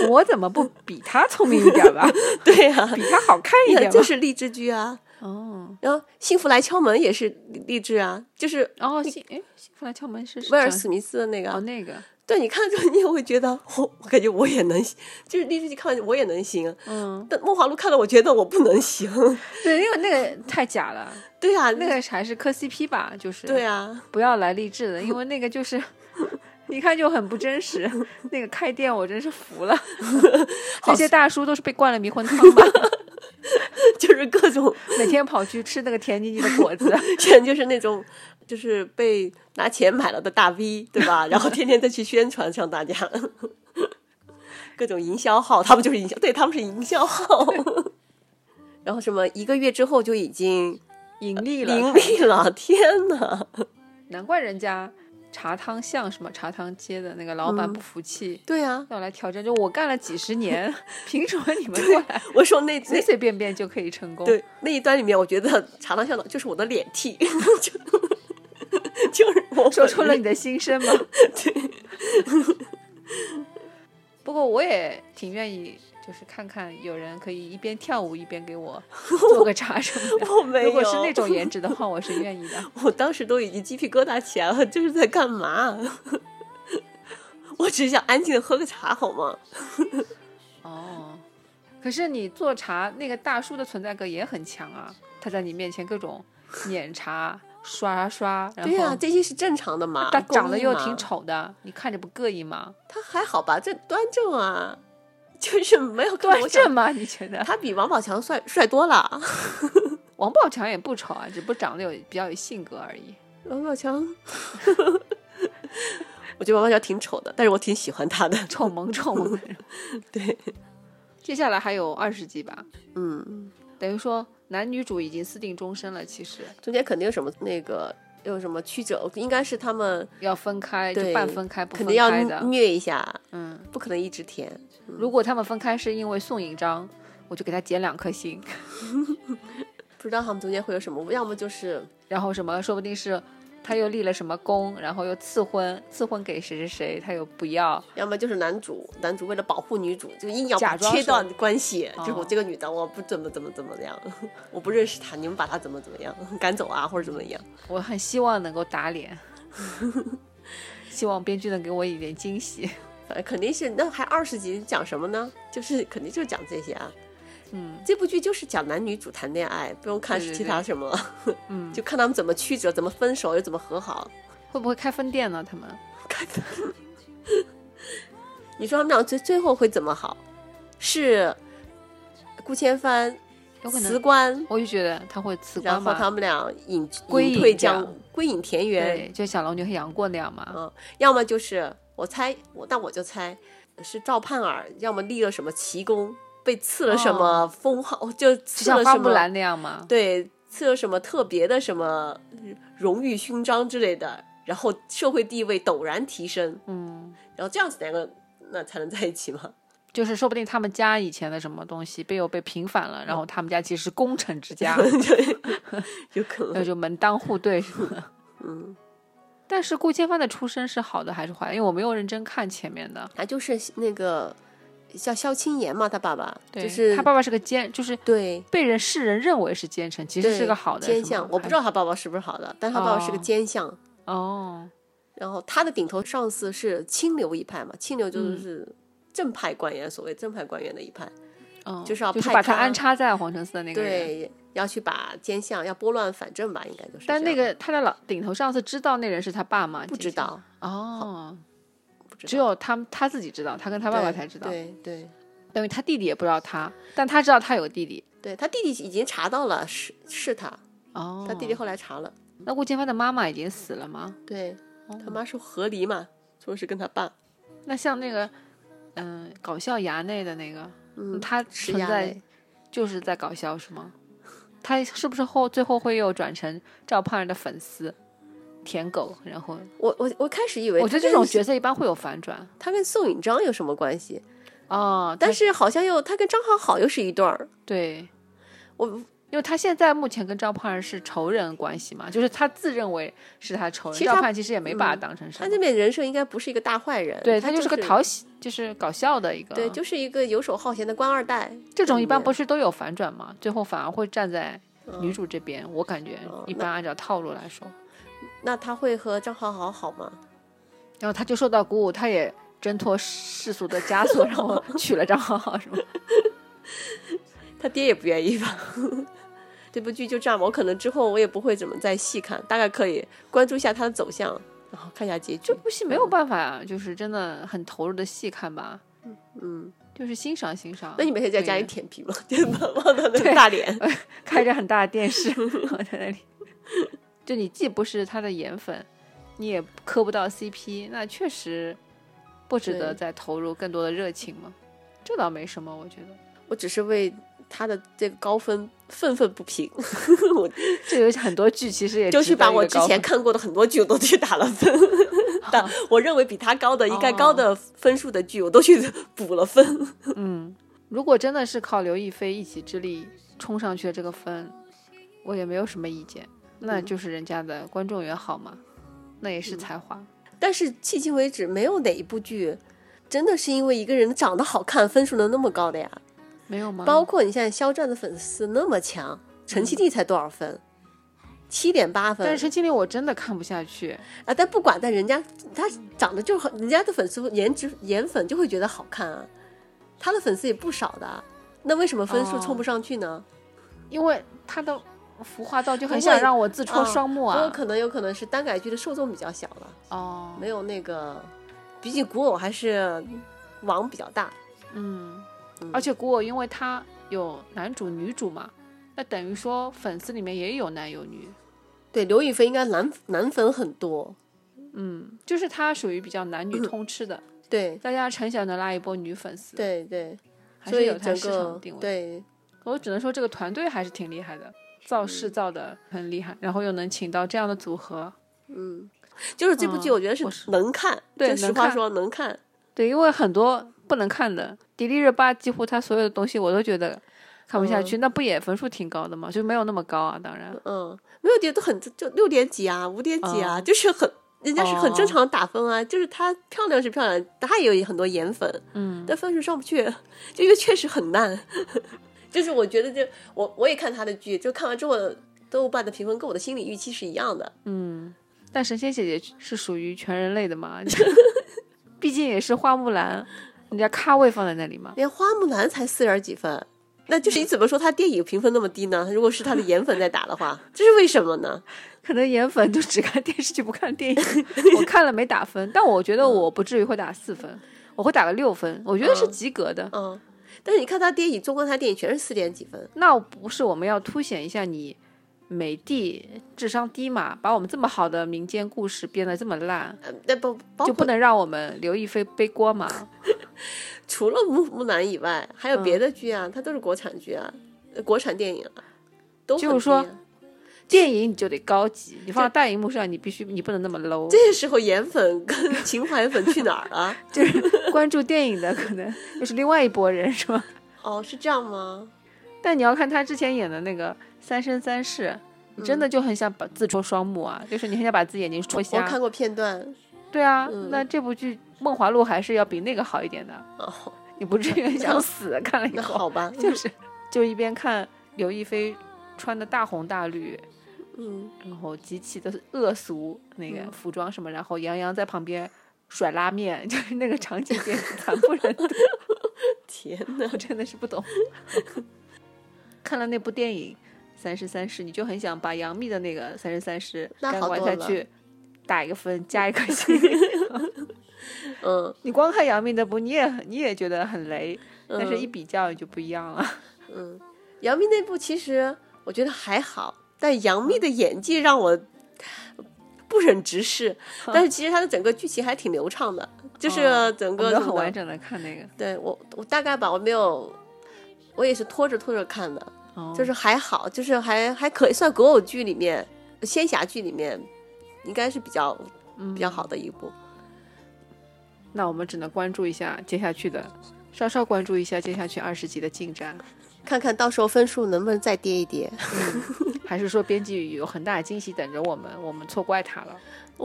[SPEAKER 2] 我怎么不比他聪明一点吧？
[SPEAKER 1] 对呀、
[SPEAKER 2] 比他好看一
[SPEAKER 1] 那
[SPEAKER 2] 点吧？
[SPEAKER 1] 就是励志剧啊。
[SPEAKER 2] 哦
[SPEAKER 1] 然后《幸福来敲门》也是励志啊，就是
[SPEAKER 2] 哦，幸哎，幸福来敲门是
[SPEAKER 1] 威尔
[SPEAKER 2] 讲
[SPEAKER 1] 史密斯的那个。
[SPEAKER 2] 哦那个，
[SPEAKER 1] 对，你看之后你也会觉得，我我感觉我也能行，就是励志剧看完我也能行。
[SPEAKER 2] 嗯，
[SPEAKER 1] 但梦华录看了，我觉得我不能行。
[SPEAKER 2] 对，因为那个太假了，
[SPEAKER 1] 对啊，
[SPEAKER 2] 那个还是磕 CP 吧，就是
[SPEAKER 1] 对啊，
[SPEAKER 2] 不要来励志的，因为那个就是 一看就很不真实。 那个开店我真是服 了，那些大叔都是被灌了迷魂汤 吧？
[SPEAKER 1] 就是各种
[SPEAKER 2] 每天跑去吃那个甜腻腻的果子，
[SPEAKER 1] 全就是那种就是被拿钱买了的大 V，对 吧？然后天天再去宣传上大家， 各种营销号，他们就是营销，对他们是营销号。 然后什么一个月之后就已经
[SPEAKER 2] 盈利了，
[SPEAKER 1] 盈利了，天哪！
[SPEAKER 2] 难怪人家茶汤巷什么茶汤街的那个老板不服气。
[SPEAKER 1] 对啊，
[SPEAKER 2] 要来挑战，就我干了几十 年，凭什么你们过来
[SPEAKER 1] 我说那
[SPEAKER 2] 随
[SPEAKER 1] 那
[SPEAKER 2] 随便便就可以成功？
[SPEAKER 1] 对那一段里面，我觉得茶汤向导就是我的脸替， 就就是我
[SPEAKER 2] 说出了
[SPEAKER 1] 本人
[SPEAKER 2] 你的心 声吗？ 不过我也挺愿意，就是看看有人可以一边跳舞一边 给我做个茶什么的。
[SPEAKER 1] 我没有，
[SPEAKER 2] 如果是那 种颜值的话，我是愿意的。
[SPEAKER 1] 我当时都已经鸡皮疙瘩起来了，这是在干嘛？啊 我只是想安静的喝个茶，好吗？
[SPEAKER 2] 哦，可是你做茶，那个大叔的存在感也很强啊，他在你面前各种碾茶、刷啊刷，然
[SPEAKER 1] 对呀、
[SPEAKER 2] 后
[SPEAKER 1] 这些是正常的嘛。
[SPEAKER 2] 他
[SPEAKER 1] 公益
[SPEAKER 2] 长得又
[SPEAKER 1] 嘛
[SPEAKER 2] 挺，丑的，你看着不膈应吗？
[SPEAKER 1] 他还好吧？这端正啊， 就是没有
[SPEAKER 2] 端
[SPEAKER 1] 我想
[SPEAKER 2] 正吗？你觉得？
[SPEAKER 1] 他比王宝强帅帅多了。
[SPEAKER 2] 王宝强也不丑啊，只不过长得有比较有性格而已。
[SPEAKER 1] 王宝强， 我觉得王宝强挺丑的，但是我挺喜欢他的。
[SPEAKER 2] 丑萌丑萌的人。
[SPEAKER 1] 对，
[SPEAKER 2] 接下来还有二十集吧，
[SPEAKER 1] 嗯，
[SPEAKER 2] 等于说男女主已经私定终身了，其实
[SPEAKER 1] 中间肯定有什么那个。有什么曲折？应该是他们
[SPEAKER 2] 要分开就
[SPEAKER 1] 对
[SPEAKER 2] 半分开不
[SPEAKER 1] 肯
[SPEAKER 2] 分
[SPEAKER 1] 定要
[SPEAKER 2] 开的。
[SPEAKER 1] 虐一下，
[SPEAKER 2] 嗯，
[SPEAKER 1] 不可能一直甜。
[SPEAKER 2] 如果他们分开是因为宋引章，我就给他减两颗星。
[SPEAKER 1] 不知道他们中间会有什么，要么就是
[SPEAKER 2] 然后什么，说不定是他又立了什么功，然后又赐婚，赐婚给谁谁谁，他又不要。
[SPEAKER 1] 要么就是男主，男主为了保护女主，就硬要
[SPEAKER 2] 假装
[SPEAKER 1] 切
[SPEAKER 2] 说
[SPEAKER 1] 断关系，就是我
[SPEAKER 2] 哦
[SPEAKER 1] 这个女的，我不怎么怎么怎么样， 我不认识她，你们把她怎么怎么样，赶走啊，或者怎么样。
[SPEAKER 2] 我很希望能够 打脸，希望编剧能给我一点惊喜。
[SPEAKER 1] 反正呃肯定是，那还二十集讲什么呢？就是肯定就是讲这些啊。
[SPEAKER 2] 嗯，
[SPEAKER 1] 这部剧就是讲男女主谈恋爱，不用看
[SPEAKER 2] 对对
[SPEAKER 1] 其他什么 了，
[SPEAKER 2] 嗯
[SPEAKER 1] 就看他们怎么曲折，怎么分手，又怎么和好。
[SPEAKER 2] 会不会开分店呢？他们
[SPEAKER 1] 你说他们俩最最后会怎么好？是顾千帆
[SPEAKER 2] 有可
[SPEAKER 1] 辞
[SPEAKER 2] 能，
[SPEAKER 1] 官，
[SPEAKER 2] 我就觉得他会辞官
[SPEAKER 1] 然
[SPEAKER 2] 嘛。
[SPEAKER 1] 后他们俩隐
[SPEAKER 2] 归
[SPEAKER 1] 隐
[SPEAKER 2] 隐
[SPEAKER 1] 退
[SPEAKER 2] 这样
[SPEAKER 1] 江归隐田园，
[SPEAKER 2] 对，就小龙女和杨过那样嘛。
[SPEAKER 1] 嗯，要么就是我猜，我但我就猜是赵盼儿，要么立了什么奇功，被赐了什么封号，就
[SPEAKER 2] 哦就
[SPEAKER 1] 赐
[SPEAKER 2] 像
[SPEAKER 1] 了
[SPEAKER 2] 花
[SPEAKER 1] 什
[SPEAKER 2] 木
[SPEAKER 1] 么
[SPEAKER 2] 兰那样嘛。
[SPEAKER 1] 对，赐了什么特别的什么荣誉勋章之类的，然后社会地位陡然提升，
[SPEAKER 2] 嗯，
[SPEAKER 1] 然后这样子两个那才能在一起嘛？，
[SPEAKER 2] 就是说不定他们家以前的什么东西被又被平反了，然后他们家其实是功臣之 家
[SPEAKER 1] 对，有可
[SPEAKER 2] 那
[SPEAKER 1] 能。
[SPEAKER 2] 就门当户对什么的。
[SPEAKER 1] 嗯，
[SPEAKER 2] 但是顾千帆的出身是好的还是坏的？因为我没有认真看前面的。
[SPEAKER 1] 他就是那个叫萧青岩嘛，他爸爸
[SPEAKER 2] 对，
[SPEAKER 1] 就是
[SPEAKER 2] 他爸爸是个奸，就是
[SPEAKER 1] 对。
[SPEAKER 2] 被人世人认为是奸臣，其实
[SPEAKER 1] 对，
[SPEAKER 2] 是个好的
[SPEAKER 1] 奸
[SPEAKER 2] 是吗
[SPEAKER 1] 相，我不知道他爸爸是不是好的，但是他爸爸是个
[SPEAKER 2] 哦
[SPEAKER 1] 奸相，
[SPEAKER 2] 哦，
[SPEAKER 1] 然后他的顶头上司是清流一派嘛，清流就是正派官员，所谓正派官员的一派，
[SPEAKER 2] 嗯，
[SPEAKER 1] 就是要派
[SPEAKER 2] 把
[SPEAKER 1] 他
[SPEAKER 2] 他安插在皇城寺的那个人。啊
[SPEAKER 1] 对，要去把奸相要拨乱反正吧，应该就是这样。
[SPEAKER 2] 但那个他的老顶头上司知道那人是他爸吗？
[SPEAKER 1] 不知道，
[SPEAKER 2] 哦，
[SPEAKER 1] 不知道，
[SPEAKER 2] 只有他他自己知道，他跟他爸爸才知道。
[SPEAKER 1] 对对
[SPEAKER 2] 等于他弟弟也不知道他，但他知道他有个弟弟。
[SPEAKER 1] 对，他弟弟已经查到了，是是他，
[SPEAKER 2] 哦，
[SPEAKER 1] 他弟弟后来查了，
[SPEAKER 2] 那顾千帆的妈妈已经死了吗？
[SPEAKER 1] 对
[SPEAKER 2] 哦
[SPEAKER 1] 他妈说和离嘛，说是跟他爸，
[SPEAKER 2] 那像那个，嗯、搞笑衙内的那个，
[SPEAKER 1] 嗯，
[SPEAKER 2] 他
[SPEAKER 1] 是
[SPEAKER 2] 存
[SPEAKER 1] 衙
[SPEAKER 2] 在
[SPEAKER 1] 内
[SPEAKER 2] 就是在搞笑是吗？他是不是后最后会又转成赵盼儿的粉丝？舔狗，然后
[SPEAKER 1] 我我我开始以为
[SPEAKER 2] 我觉得
[SPEAKER 1] 他
[SPEAKER 2] 这种
[SPEAKER 1] 跟
[SPEAKER 2] 角色一般会有反转
[SPEAKER 1] 他跟宋允章有什么关系？
[SPEAKER 2] 哦，
[SPEAKER 1] 但
[SPEAKER 2] 他
[SPEAKER 1] 是好像又他跟张好好又是一对儿，
[SPEAKER 2] 对，
[SPEAKER 1] 我
[SPEAKER 2] 因为他现在目前跟赵盼儿是仇人关系嘛，就是他自认为是他仇人，
[SPEAKER 1] 其实
[SPEAKER 2] 赵
[SPEAKER 1] 他嗯
[SPEAKER 2] 盼儿其实也没把他当成什
[SPEAKER 1] 他
[SPEAKER 2] 么，
[SPEAKER 1] 那边人设应该不是一个大坏人，
[SPEAKER 2] 对
[SPEAKER 1] 他
[SPEAKER 2] 他就是个
[SPEAKER 1] 是
[SPEAKER 2] 嗯讨喜，就是搞笑的一个，
[SPEAKER 1] 对，就是一个游手好闲的官二代。
[SPEAKER 2] 这种
[SPEAKER 1] 里
[SPEAKER 2] 一般
[SPEAKER 1] 面
[SPEAKER 2] 不是都有反转吗？最后反而会站在女主这边，我感觉
[SPEAKER 1] 嗯
[SPEAKER 2] 一般按照套路来说，
[SPEAKER 1] 那他会和张好好好吗？
[SPEAKER 2] 然后他就受到鼓舞，他也挣脱世俗的枷锁，然 后娶了张好好，是吗？
[SPEAKER 1] 他爹也不愿意吧？ 这部剧就这样吧，我可能之后我也不会怎么再细看，大概可以关注一下它的走向，然后看一下结局
[SPEAKER 2] 这。部戏没有办法啊，就是真的很投入的细看吧，嗯，就是欣赏欣赏。
[SPEAKER 1] 那你每天在家里
[SPEAKER 2] 对
[SPEAKER 1] 舔皮吗？ 就是望到那个大脸，
[SPEAKER 2] 开着很大的电 视，我在那里，就你既不是他的颜粉，你也磕不到 CP，那确实不值
[SPEAKER 1] 对
[SPEAKER 2] 得再投入更多的热情嘛。这倒没什么，我觉得。
[SPEAKER 1] 我只是为他的这个高分愤愤不平，
[SPEAKER 2] 这有很多剧其实 也
[SPEAKER 1] 就
[SPEAKER 2] 值
[SPEAKER 1] 去
[SPEAKER 2] 得
[SPEAKER 1] 把
[SPEAKER 2] 一
[SPEAKER 1] 我
[SPEAKER 2] 个
[SPEAKER 1] 之
[SPEAKER 2] 高
[SPEAKER 1] 前
[SPEAKER 2] 分
[SPEAKER 1] 看过的很多剧我都去打了分， 但我认为比他高的应该高
[SPEAKER 2] 哦
[SPEAKER 1] 的分数的剧我都去补了分。
[SPEAKER 2] 嗯，如果真的是靠刘亦菲一己之力冲上去的这个分，我也没有什么意见，那就是人家的观众缘好嘛，那也是才华。
[SPEAKER 1] 但是迄今为止，没有哪一部剧真的是因为一个人长得好看分数能那么高的呀。
[SPEAKER 2] 没有吗？
[SPEAKER 1] 包括你现在肖战的粉丝那么强，陈其定才多少分？七点八分。
[SPEAKER 2] 嗯但是陈情令我真的看不下去，
[SPEAKER 1] 啊，但不管，但人家他长得就很，人家的粉丝颜值颜粉就会觉得好看啊，他的粉丝也不少的啊，那为什么分数
[SPEAKER 2] 哦
[SPEAKER 1] 冲不上去呢？
[SPEAKER 2] 因为他的服化道就很
[SPEAKER 1] 不
[SPEAKER 2] 想
[SPEAKER 1] 会
[SPEAKER 2] 让我自
[SPEAKER 1] 啊
[SPEAKER 2] 戳双目
[SPEAKER 1] 不
[SPEAKER 2] 啊
[SPEAKER 1] 过。可能有可能是耽改剧的受众比较小了，
[SPEAKER 2] 哦，
[SPEAKER 1] 没有那个，毕竟古偶还是网比较大。
[SPEAKER 2] 嗯，而且古偶因为他有男主女主嘛，那等于说粉丝里面也有男有女，
[SPEAKER 1] 对，刘亦菲应该男男粉很多，
[SPEAKER 2] 嗯，就是他属于比较男
[SPEAKER 1] 嗯
[SPEAKER 2] 女通吃的。
[SPEAKER 1] 对
[SPEAKER 2] 再加上陈晓能拉一波女粉丝，
[SPEAKER 1] 对对，
[SPEAKER 2] 还
[SPEAKER 1] 所
[SPEAKER 2] 是
[SPEAKER 1] 以
[SPEAKER 2] 有它
[SPEAKER 1] 整
[SPEAKER 2] 市场
[SPEAKER 1] 个
[SPEAKER 2] 定位。
[SPEAKER 1] 对
[SPEAKER 2] 我只能说这个团队还是挺厉害的，造
[SPEAKER 1] 嗯
[SPEAKER 2] 势造的很厉害，然后又能请到这样的组合。
[SPEAKER 1] 就是这部剧，
[SPEAKER 2] 嗯
[SPEAKER 1] 我觉得
[SPEAKER 2] 我
[SPEAKER 1] 是能看，
[SPEAKER 2] 对
[SPEAKER 1] 就实
[SPEAKER 2] 能
[SPEAKER 1] 话
[SPEAKER 2] 看
[SPEAKER 1] 说能看。
[SPEAKER 2] 对，因为很多不能看的，迪丽热巴几乎她所有的东西我都觉得看不下去，那不也分数挺高的吗？就没有那么高啊，当然。
[SPEAKER 1] 嗯，没有点都很就六点几啊，五点几
[SPEAKER 2] 哦
[SPEAKER 1] 啊，就是很人家是很正常的打分啊，就是她漂亮是漂亮，她也有很多颜粉，嗯，但分数上不去，就因为确实很烂。 就是我觉得就我我也看她的剧，就看完之后豆瓣的评分跟我的心理预期是一样的，
[SPEAKER 2] 但神仙姐姐是属于全人类的嘛， 毕竟也是花木兰，人家咖位放在那里嘛。
[SPEAKER 1] 连花木兰才四点几分。那就是你怎么说她电影评分那么低呢？如果是她的颜粉在打的话，这是为什么呢？
[SPEAKER 2] 可能颜粉就只看电视剧不看电影。我看了没打分，但我觉得我不至于会打四分，我会打个六分，我觉得是及格的。
[SPEAKER 1] 嗯，但是你看她电影，纵观她电影全是四点几分，
[SPEAKER 2] 那不是我们要凸显一下你美帝智商低嘛？把我们这么好的民间故事编得这么烂，
[SPEAKER 1] 呃，那不包
[SPEAKER 2] 就
[SPEAKER 1] 括
[SPEAKER 2] 不能让我们刘亦菲背锅嘛？
[SPEAKER 1] 除了木木兰以外，还有
[SPEAKER 2] 嗯
[SPEAKER 1] 别的剧啊，它都是国产剧啊，呃国产电影啊，都很
[SPEAKER 2] 就是说
[SPEAKER 1] 低啊
[SPEAKER 2] 电影你就得高级，你放到大荧幕上，你必须你不能那么 low。
[SPEAKER 1] 这时候颜粉跟情怀粉去哪儿了？
[SPEAKER 2] 就是关注电影的可能又是另外一拨 人，是吧？
[SPEAKER 1] 哦，是这样吗？
[SPEAKER 2] 但你要看他之前演的那个《三生三世》，
[SPEAKER 1] 嗯
[SPEAKER 2] 你真的就很想把自戳双目啊，就是你很想把自己眼睛戳
[SPEAKER 1] 我
[SPEAKER 2] 瞎。
[SPEAKER 1] 看过嗯片段
[SPEAKER 2] 对啊，那这部剧《梦华录》还是要比那个好一点的，
[SPEAKER 1] 哦，
[SPEAKER 2] 你不至于很想 死。看了以
[SPEAKER 1] 那
[SPEAKER 2] 后，
[SPEAKER 1] 好吧，
[SPEAKER 2] 就是就一边看刘亦菲穿的大红大绿，
[SPEAKER 1] 嗯，
[SPEAKER 2] 然后极其的恶俗那个服装什么，然后杨洋在旁边甩拉面， 就是那个场景简直惨不忍睹。
[SPEAKER 1] 天哪，
[SPEAKER 2] 我真的是不懂。 看了那部电影《三十三世》，你就很想把杨幂的那个《三十三世》
[SPEAKER 1] 那
[SPEAKER 2] 干
[SPEAKER 1] 好
[SPEAKER 2] 完
[SPEAKER 1] 多
[SPEAKER 2] 下
[SPEAKER 1] 了
[SPEAKER 2] 去打一个分，加一颗星。
[SPEAKER 1] 嗯
[SPEAKER 2] 你光看杨幂那部，你也你也觉得很雷，但是一
[SPEAKER 1] 嗯
[SPEAKER 2] 比较你就不一样了。
[SPEAKER 1] 嗯，杨幂那部其实我觉得还好，但杨幂
[SPEAKER 2] 嗯
[SPEAKER 1] 的演技让我。不忍直 视，但是其实她的整个剧情还挺流畅的，就是
[SPEAKER 2] 哦
[SPEAKER 1] 整
[SPEAKER 2] 我
[SPEAKER 1] 个
[SPEAKER 2] 没有
[SPEAKER 1] 什
[SPEAKER 2] 很
[SPEAKER 1] 么
[SPEAKER 2] 完整的看那个，
[SPEAKER 1] 对我，我大概吧，我没有，我也是拖着拖着看的，
[SPEAKER 2] 哦
[SPEAKER 1] 就是还好，就是还还可以算古偶剧里面、仙侠剧里面应该是比较
[SPEAKER 2] 嗯
[SPEAKER 1] 比较好的一部。
[SPEAKER 2] 那我们只能关注一下接下去的，稍稍关注一下接下去二十集的进展，
[SPEAKER 1] 看看到时候分数能不能再跌一跌。
[SPEAKER 2] 还是说编剧有很大的惊喜等着我们，我们错怪他了。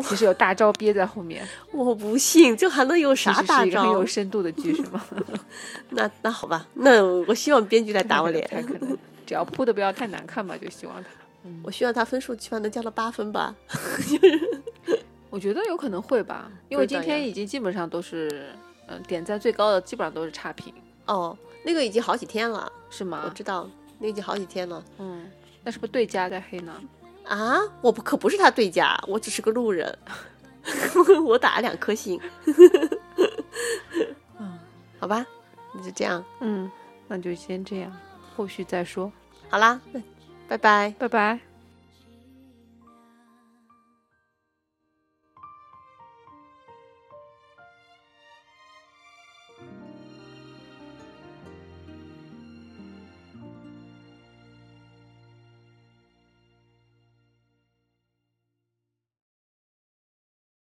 [SPEAKER 2] 其实有大招憋在后面，
[SPEAKER 1] 我不信，这还能有
[SPEAKER 2] 其
[SPEAKER 1] 啥
[SPEAKER 2] 实
[SPEAKER 1] 大
[SPEAKER 2] 是一个很
[SPEAKER 1] 招
[SPEAKER 2] 有？深度的剧，是吗？
[SPEAKER 1] 那那好吧，那我希望编剧来打我脸，
[SPEAKER 2] 太可能，只要铺的不要太难看吧，就希望他。
[SPEAKER 1] 我希望他分数起码能降到八分吧。
[SPEAKER 2] 我觉得有可能会吧，因为今天已经基本上都是，嗯、点赞最高的基本上都是差评，
[SPEAKER 1] 哦，那个已经好几天了，
[SPEAKER 2] 是
[SPEAKER 1] 我
[SPEAKER 2] 吗？
[SPEAKER 1] 知道，那已经好几天了
[SPEAKER 2] 嗯，那是不是对家在黑呢？
[SPEAKER 1] 啊！我不可不是他对家，我只是个路人， 我打了两颗星。好吧，那就这样，
[SPEAKER 2] 嗯，那就先这样，后续再说，
[SPEAKER 1] 好啦，那拜拜。
[SPEAKER 2] 拜拜。